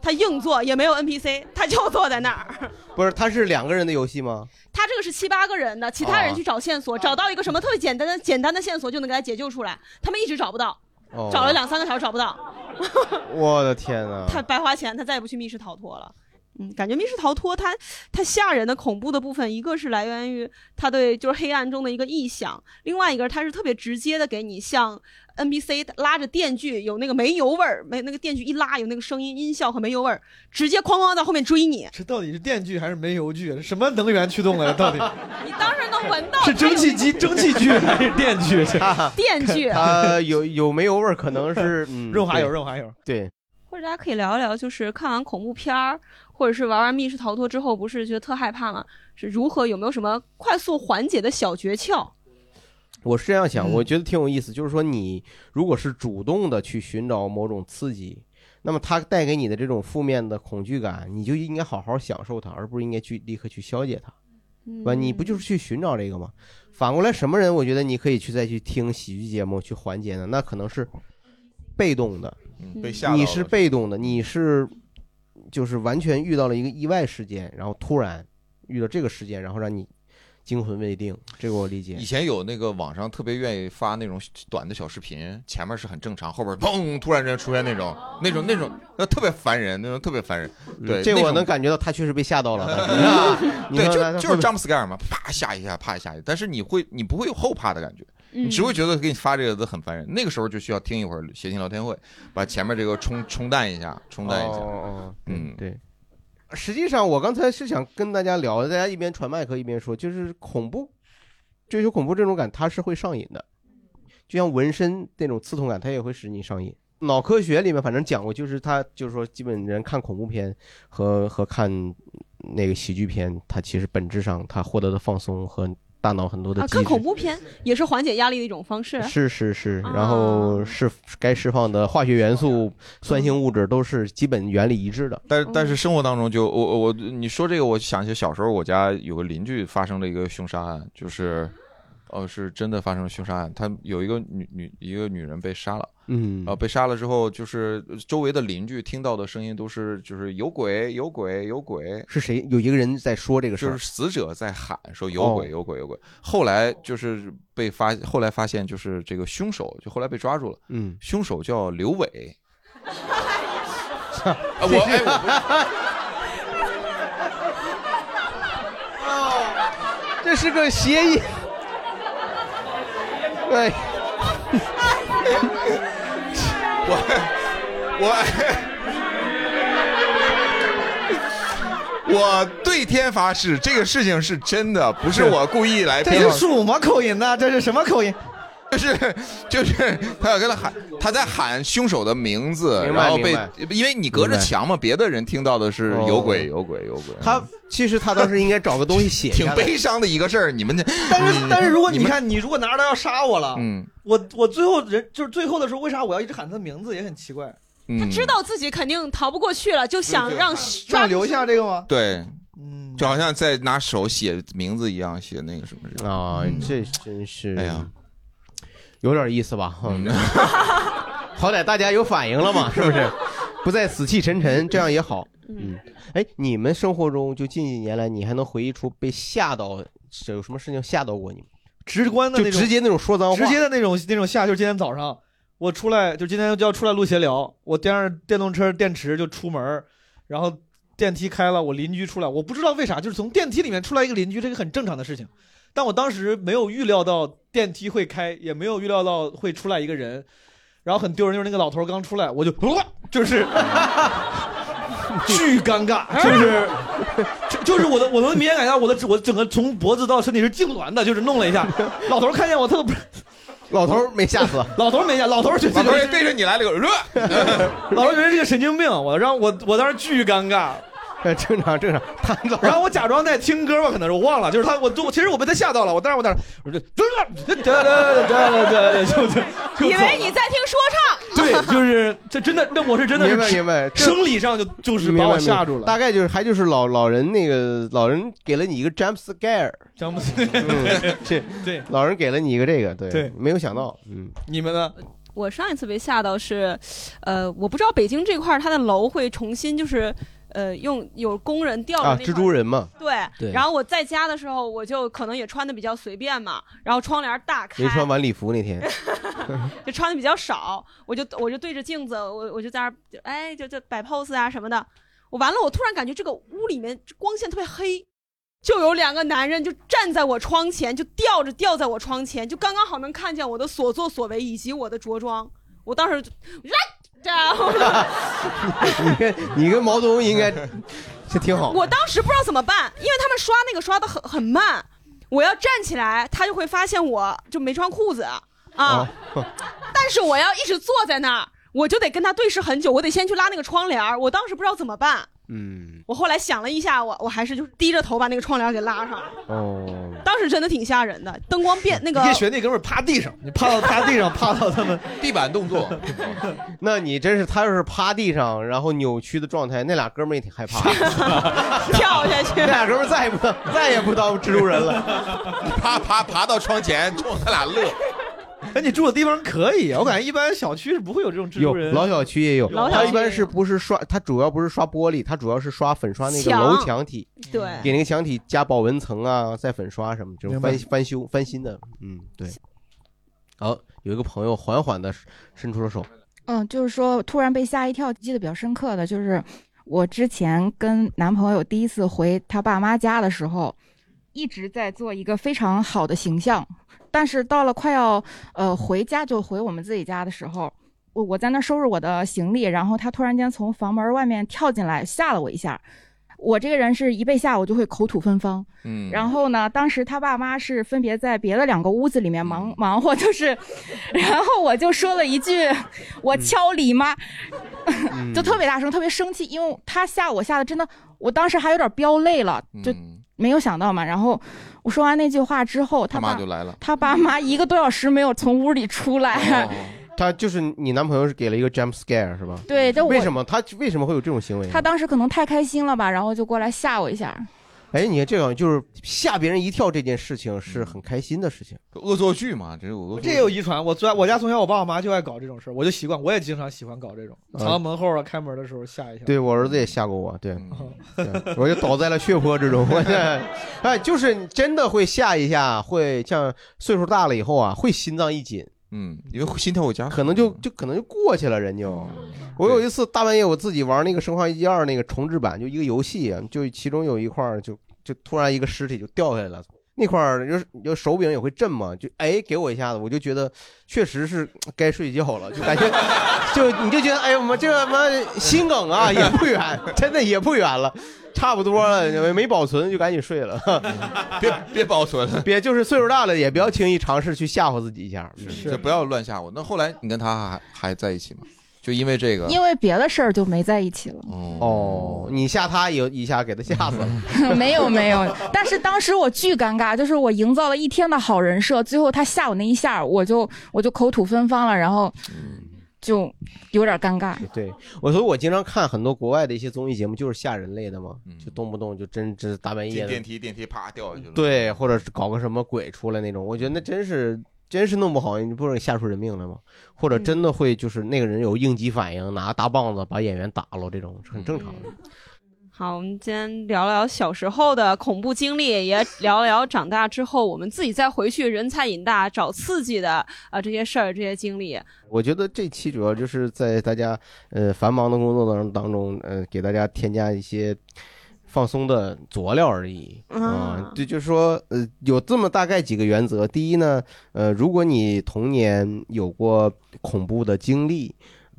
[SPEAKER 2] 他硬坐也没有 NPC，他就坐在那儿。
[SPEAKER 5] 不是，他是两个人的游戏吗？
[SPEAKER 2] 他这个是七八个人
[SPEAKER 4] 哦
[SPEAKER 2] 的，其他人去找线索，找到一个什么特别简单的简单的线索就能给他解救出来，他们一直找不到，
[SPEAKER 5] 哦，
[SPEAKER 2] 找了两三个小时找不到，
[SPEAKER 5] 我的天
[SPEAKER 4] 哦
[SPEAKER 5] 呐！
[SPEAKER 2] 他白花钱，他再也不去密室逃脱了。嗯，感觉密室逃脱它它吓人的恐怖的部分，一个是来源于它对就是黑暗中的一个臆想，另外一个它是特别直接的给你像 NPC 拉着电锯，有那个煤油味儿，没那个电锯一拉有那个声音音效和煤油味儿，直接哐哐在后面追你，
[SPEAKER 4] 这到底是电锯还是煤油锯？什么能源驱动来的？到底
[SPEAKER 2] 你当然能闻到
[SPEAKER 4] 是蒸汽机、蒸汽锯还是电锯？
[SPEAKER 2] 电锯
[SPEAKER 5] 它有有煤油味儿，可能是嗯
[SPEAKER 4] 润滑油
[SPEAKER 5] 对
[SPEAKER 4] 润滑油
[SPEAKER 5] 对，
[SPEAKER 2] 或者大家可以聊一聊，就是看完恐怖片儿，或者是玩完密室逃脱之后，不是觉得特害怕吗？是如何有没有什么快速缓解的小诀窍？
[SPEAKER 5] 我是这样想，我觉得挺有意思，就是说你如果是主动的去寻找某种刺激，那么它带给你的这种负面的恐惧感，你就应该好好享受它，而不是应该去立刻去消解它，对吧？你不就是去寻找这个吗？反过来，什么人我觉得你可以去再去听喜剧节目去缓解呢？那可能是被动的，
[SPEAKER 3] 被吓到
[SPEAKER 5] 你
[SPEAKER 3] 了
[SPEAKER 5] 是被动的，你是就是完全遇到了一个意外事件，然后突然遇到这个事件，然后让你惊魂未定，这个我理解。
[SPEAKER 3] 以前有那个网上特别愿意发那种短的小视频，前面是很正常，后边砰突然之间出现那种那种那种，呃特别烦人，那种特别烦人。对，
[SPEAKER 5] 嗯这
[SPEAKER 3] 那
[SPEAKER 5] 我
[SPEAKER 3] 种
[SPEAKER 5] 能感觉到他确实被吓到 了。 啊你
[SPEAKER 3] 对，
[SPEAKER 5] 看他
[SPEAKER 3] 就
[SPEAKER 5] 他
[SPEAKER 3] 就
[SPEAKER 5] 会
[SPEAKER 3] 是 jump scare 嘛，啪吓一下，啪吓一下，但是你会你不会有后怕的感觉，
[SPEAKER 5] 嗯
[SPEAKER 3] 你只会觉得给你发这个都很烦人。那个时候就需要听一会儿谐星聊天会，把前面这个冲冲淡一下，冲淡一下。
[SPEAKER 5] 哦
[SPEAKER 3] 嗯，
[SPEAKER 5] 对。实际上，我刚才是想跟大家聊，大家一边传麦克一边说，就是恐怖，追求恐怖这种感，它是会上瘾的，就像纹身那种刺痛感，它也会使你上瘾。脑科学里面反正讲过，就是它就是说，基本人看恐怖片和和看那个喜剧片，它其实本质上它获得的放松和大脑很多的
[SPEAKER 2] 啊，
[SPEAKER 5] 机制
[SPEAKER 2] 看恐怖片也是缓解压力的一种方 式。
[SPEAKER 5] 是是是，然后释该释放的哦化学元素、酸性物质都是基本原理一致的。
[SPEAKER 3] 但但是生活当中就我我我你说这个，我想起小时候我家有个邻居发生了一个凶杀案，就是哦，是真的发生了凶杀案，他有一个女女一个女人被杀了。
[SPEAKER 5] 嗯
[SPEAKER 3] 呃，被杀了之后，就是呃周围的邻居听到的声音都是，就是有鬼，有鬼，有鬼，
[SPEAKER 5] 是谁？有一个人在说这个事
[SPEAKER 3] 就
[SPEAKER 5] 儿
[SPEAKER 3] 是，死者在喊说有
[SPEAKER 5] 哦
[SPEAKER 3] 鬼，有鬼，有鬼。后来就是被发，后来发现就是这个凶手，就后来被抓住了。
[SPEAKER 5] 嗯，
[SPEAKER 3] 凶手叫刘 伟。
[SPEAKER 5] 啊
[SPEAKER 3] 我哎我不
[SPEAKER 5] 这是个协议。对，
[SPEAKER 3] 我我对天发誓，这个事情是真的，不是我故意来
[SPEAKER 4] 这
[SPEAKER 3] 编
[SPEAKER 4] 是
[SPEAKER 3] 的。
[SPEAKER 4] 蜀吗口音
[SPEAKER 5] 啊
[SPEAKER 4] 呐、这是什么口音？
[SPEAKER 3] 就是就是，他要跟他喊，他在喊凶手的名字，
[SPEAKER 5] 明白
[SPEAKER 3] 然后被
[SPEAKER 5] 明白，
[SPEAKER 3] 因为你隔着
[SPEAKER 5] 明白
[SPEAKER 3] 墙嘛，别的人听到的是
[SPEAKER 5] 哦
[SPEAKER 3] 有鬼有鬼有鬼。
[SPEAKER 5] 他其实他当时应该找个东西写
[SPEAKER 3] 挺
[SPEAKER 5] 下来
[SPEAKER 3] 悲伤的一个事儿，你们这，
[SPEAKER 4] 但是但是如果你
[SPEAKER 3] 们
[SPEAKER 4] 看，你如果拿着他要杀我了，
[SPEAKER 3] 嗯
[SPEAKER 4] 我我最后人就是最后的时候，为啥我要一直喊他的名字也很奇怪？
[SPEAKER 3] 嗯，
[SPEAKER 2] 知道自己肯定逃不过去了，就想让抓
[SPEAKER 4] 让留下这个吗？
[SPEAKER 3] 对，
[SPEAKER 5] 嗯
[SPEAKER 3] 就好像在拿手写名字一样，写那个什么嗯
[SPEAKER 5] 啊，这真是，哎呀，有点意思吧？嗯 好歹大家有反应了嘛，是不是？不再死气沉沉，这样也好。嗯，哎，你们生活中就近几年来，你还能回忆出被吓到是有什么事情吓到过你吗？
[SPEAKER 4] 直观的
[SPEAKER 5] 就
[SPEAKER 4] 那种
[SPEAKER 5] 直接那种说脏话，
[SPEAKER 4] 直接的那种那种下，就是今天早上我出来，就今天就要出来录闲聊，我颠着电动车电池就出门儿，然后电梯开了，我邻居出来，我不知道为啥，就是从电梯里面出来一个邻居，这个很正常的事情，但我当时没有预料到电梯会开，也没有预料到会出来一个人，然后很丢人，就是那个老头儿刚出来，我就呃就是 巨尴尬，就是。 就就是我的，我能明显感觉到我的我整个从脖子到身体是痉挛的，就是弄了一下。老头儿看见我，他都不是，
[SPEAKER 5] 老头儿没吓死，
[SPEAKER 4] 老头儿没吓，老头儿觉得
[SPEAKER 3] 老头儿也对着你来了个，
[SPEAKER 4] 老头儿觉得是个神经病，我让我我当时巨 尴尬。
[SPEAKER 5] 呃，正常 正常，他
[SPEAKER 4] 然后我假装在听歌吧，可能是我忘了，就是他，我我其实我被他吓到了，我当时我当时我就哒哒哒哒哒哒，就就
[SPEAKER 2] 以为你在听说唱，
[SPEAKER 4] 对，就是这真的，那我是真的是
[SPEAKER 5] 明白明白，这
[SPEAKER 4] 生理上就就是把我吓住
[SPEAKER 5] 明白明白
[SPEAKER 4] 了。
[SPEAKER 5] 大概就是还就是老老人那个老人给了你一个 jump scare，嗯
[SPEAKER 4] 詹姆斯，
[SPEAKER 5] 这
[SPEAKER 4] 对
[SPEAKER 5] 老人给了你一个这个，对
[SPEAKER 4] 对
[SPEAKER 5] 没有想到，嗯，
[SPEAKER 4] 你们呢？
[SPEAKER 2] 我上一次被吓到是，呃，我不知道北京这块儿它的楼会重新就是，呃，用有工人吊着
[SPEAKER 5] 啊，
[SPEAKER 2] 那块
[SPEAKER 5] 蜘
[SPEAKER 2] 儿
[SPEAKER 5] 蛛人嘛，
[SPEAKER 2] 对，
[SPEAKER 5] 对
[SPEAKER 2] 然后我在家的时候，我就可能也穿的比较随便嘛，然后窗帘大开
[SPEAKER 5] 没，穿晚礼服那天，
[SPEAKER 2] 就穿的比较少，我就我就对着镜子，我我就在那儿，就哎，就就摆 pose 啊什么的。我完了，我突然感觉这个屋里面光线特别黑，就有两个男人就站在我窗前，就吊着吊在我窗前，就刚刚好能看见我的所作所为以及我的着装。我当时就，我就啊这样。
[SPEAKER 5] 你跟你跟毛泽东 应该是挺好，
[SPEAKER 2] 我当时不知道怎么办，因为他们刷那个刷的很很慢，我要站起来，他就会发现我就没穿裤子啊， 但是我要一直坐在那儿，我就得跟他对视很久，我得先去拉那个窗帘儿我当时不知道怎么办，
[SPEAKER 5] 嗯，
[SPEAKER 2] 我后来想了一下，我我还是就是低着头把那个窗帘给拉上了，
[SPEAKER 5] 哦，
[SPEAKER 2] 当时真的挺吓人的，灯光变那个
[SPEAKER 4] 你可以学那哥们儿趴地上，你趴到趴地上，趴到他们
[SPEAKER 3] 地板动作，
[SPEAKER 5] 那你真是他要是趴地上，然后扭曲的状态，那俩哥们儿也挺害怕，
[SPEAKER 2] 跳下去，
[SPEAKER 5] 那俩哥们儿再也不再也不当蜘蛛人了。
[SPEAKER 3] 爬爬爬到窗前，冲他俩乐。
[SPEAKER 4] 哎，你住的地方可以，啊我感觉一般小区是不会有这种 蜘蛛
[SPEAKER 5] 有
[SPEAKER 4] 人。
[SPEAKER 5] 老小区也有，
[SPEAKER 4] 老小
[SPEAKER 5] 他
[SPEAKER 4] 区
[SPEAKER 5] 一
[SPEAKER 4] 也
[SPEAKER 5] 般
[SPEAKER 4] 有
[SPEAKER 5] 是不是刷？他主要不是刷玻璃，他主要是刷粉刷那个楼
[SPEAKER 2] 墙
[SPEAKER 5] 墙体，
[SPEAKER 2] 对
[SPEAKER 5] 给那个墙体加保温层啊，再粉刷什么，这种
[SPEAKER 4] 明白
[SPEAKER 5] 翻翻修翻新的，嗯，对。好、有一个朋友缓缓的伸出了手，
[SPEAKER 17] 嗯，就是说突然被吓一跳，记得比较深刻的就是我之前跟男朋友第一次回他爸妈家的时候，一直在做一个非常好的形象，但是到了快要呃回家就回我们自己家的时候，我我在那收拾我的行李，然后他突然间从房门外面跳进来，吓了我一下。我这个人是一被吓我就会口吐芬芳，
[SPEAKER 3] 嗯
[SPEAKER 17] 然后呢，当时他爸妈是分别在别的两个屋子里面
[SPEAKER 5] 嗯
[SPEAKER 17] 忙忙活， 就是，然后我就说了一句，
[SPEAKER 5] 嗯
[SPEAKER 17] 我敲你妈， 就特别大声，特别生气，因为他吓我吓得真的，我当时还有点飙泪了，
[SPEAKER 5] 嗯
[SPEAKER 17] 就没有想到嘛。然后我说完那句话之后，他
[SPEAKER 5] 他妈
[SPEAKER 17] 爸
[SPEAKER 5] 就来了
[SPEAKER 17] 他爸妈一个多小时没有从屋里出来。
[SPEAKER 5] 哦 他就是你男朋友是给了一个 jump scare 是吧？
[SPEAKER 17] 对这我
[SPEAKER 5] 为什么他为什么会有这种行为呢？
[SPEAKER 17] 他当时可能太开心了吧，然后就过来吓我一下。
[SPEAKER 5] 哎，你看这样就是吓别人一跳这件事情是很开心的事情，
[SPEAKER 3] 嗯恶作剧嘛，这是恶作
[SPEAKER 4] 这也有遗传，我从我家从小我爸我妈就爱搞这种事儿，我就习惯，我也经常喜欢搞这种，
[SPEAKER 5] 啊
[SPEAKER 4] 藏到门后啊，开门的时候吓一吓。
[SPEAKER 5] 对我儿子也吓过我，对，
[SPEAKER 3] 嗯
[SPEAKER 5] 对我就倒在了血泊之中。 我这，哎，就是你真的会吓一下，会像岁数大了以后啊，会心脏一紧，
[SPEAKER 3] 嗯，因为心跳会加速，
[SPEAKER 5] 可能就就可能就过去了，人就。我有一次大半夜我自己玩那个《生化危机二》那个重置版，就一个游戏啊，就其中有一块儿就就突然一个尸体就掉下来了。那块儿就是就手柄也会震嘛，就哎给我一下子，我就觉得确实是该睡觉了，就感觉就你就觉得哎呀，我们这个妈心梗啊也不远，真的也不远了，差不多了，没保存就赶紧睡了。
[SPEAKER 3] 别别保存 了，
[SPEAKER 5] 别就是岁数大了也不要轻易尝试去吓唬自己一下。嗯
[SPEAKER 3] 就不要乱吓我。那后来你跟他还还在一起吗？就因为这个，
[SPEAKER 17] 因为别的事儿就没在一起了。
[SPEAKER 5] 嗯哦，你吓他也一下给他吓死了。
[SPEAKER 17] 没有没有，但是当时我巨尴尬，就是我营造了一天的好人设，最后他吓我那一下，我就我就口吐芬芳了，然后就有点尴尬。
[SPEAKER 5] 对我，所以我经常看很多国外的一些综艺节目，就是吓人类的嘛，就动不动就真真是大半夜
[SPEAKER 3] 嗯进
[SPEAKER 5] 的
[SPEAKER 3] 电梯，电梯啪掉下去了。
[SPEAKER 5] 对，或者是搞个什么鬼出来那种，我觉得那真是真是弄不好，你不是吓出人命来吗？或
[SPEAKER 17] 嗯
[SPEAKER 5] 者真的会就是那个人有应激反应，拿大棒子把演员打了，这种是很正常的。
[SPEAKER 2] 好，我们今天聊聊小时候的恐怖经历，也聊聊长大之后我们自己再回去人菜瘾大找刺激的啊、呃这些事儿、这些经历。
[SPEAKER 5] 我觉得这期主要就是在大家呃繁忙的工作当当中，呃，给大家添加一些放松的佐料而已啊
[SPEAKER 2] 啊。
[SPEAKER 5] 对，就是说，呃，有这么大概几个原则。第一呢，呃，如果你童年有过恐怖的经历，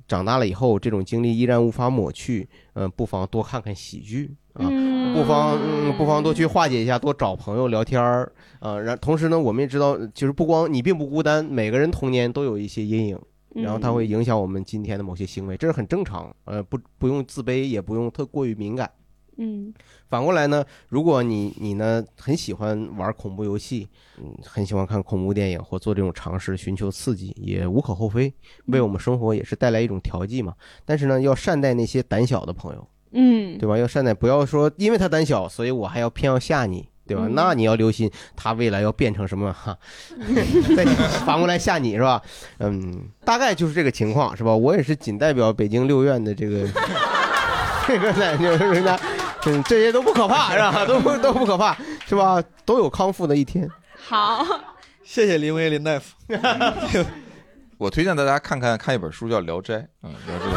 [SPEAKER 5] 长大了以后这种经历依然无法抹去，嗯、不妨多看看喜剧。啊，不妨嗯，不妨多去化解一下，多找朋友聊天儿啊。然同时呢，我们也知道，其实不光你并不孤单，每个人童年都有一些阴影，然后它会影响我们今天的某些行为，这是很正常。呃，不不用自卑，也不用特过于敏感。
[SPEAKER 2] 嗯
[SPEAKER 5] 反过来呢，如果你你呢很喜欢玩恐怖游戏，嗯，很喜欢看恐怖电影或做这种尝试，寻求刺激，也无可厚非，为我们生活也是带来一种调剂嘛。但是呢，要善待那些胆小的朋友，
[SPEAKER 2] 嗯
[SPEAKER 5] 对吧？要善待，不要说因为他胆小，所以我还要偏要吓你，对吧？
[SPEAKER 2] 嗯
[SPEAKER 5] 那你要留心他未来要变成什么 哈，再反过来吓你是吧？嗯，大概就是这个情况是吧？我也是仅代表北京六院的 这个这个奶牛人家，嗯，这些都不可怕是吧？都不都不可怕是吧？都有康复的一天。
[SPEAKER 2] 好，
[SPEAKER 4] 谢谢林威林大夫。
[SPEAKER 3] 我推荐大家看看看一本书叫《聊斋》，嗯，聊这个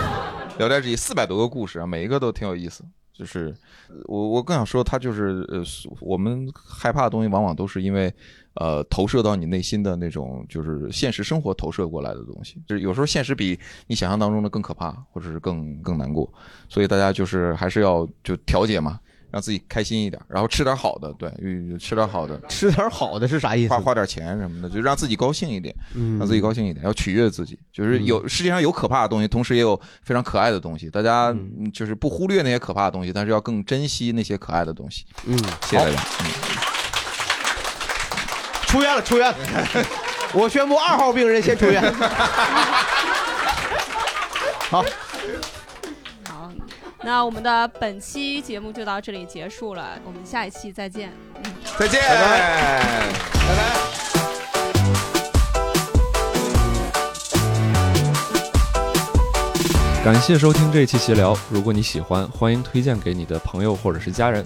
[SPEAKER 3] 《聊斋志异》四百多个故事啊，每一个都挺有意思。就是呃我我更想说，它就是呃，我们害怕的东西往往都是因为呃投射到你内心的那种，就是现实生活投射过来的东西。就是有时候现实比你想象当中的更可怕，或者是更更难过。所以大家就是还是要就调节嘛。让自己开心一点，然后吃点好的，对，呃吃点好的，
[SPEAKER 5] 吃点好的是啥意思？
[SPEAKER 3] 花花点钱什么的，就让自己高兴一点，
[SPEAKER 5] 嗯
[SPEAKER 3] 让自己高兴一点，要取悦自己。就是有世界上有可怕的东西，同时也有非常可爱的东西。大家嗯就是不忽略那些可怕的东西，但是要更珍惜那些可爱的东西。
[SPEAKER 5] 嗯，
[SPEAKER 3] 谢谢大家。
[SPEAKER 5] 出院了，出院了。 我宣布二号病人先出院。 好，
[SPEAKER 2] 那我们的本期节目就到这里结束了，我们下一期再见。嗯。
[SPEAKER 3] 再见，拜拜。
[SPEAKER 1] 感谢收听这一期闲聊，如果你喜欢，欢迎推荐给你的朋友或者是家人。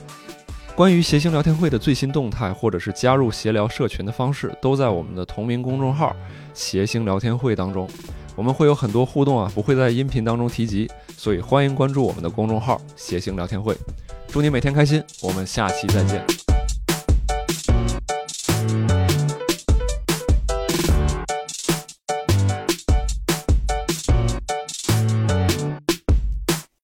[SPEAKER 1] 关于谐星聊天会的最新动态，或者是加入闲聊社群的方式，都在我们的同名公众号“谐星聊天会”当中。我们会有很多互动啊，不会在音频当中提及，所以欢迎关注我们的公众号“谐星聊天会”。祝你每天开心，我们下期再见。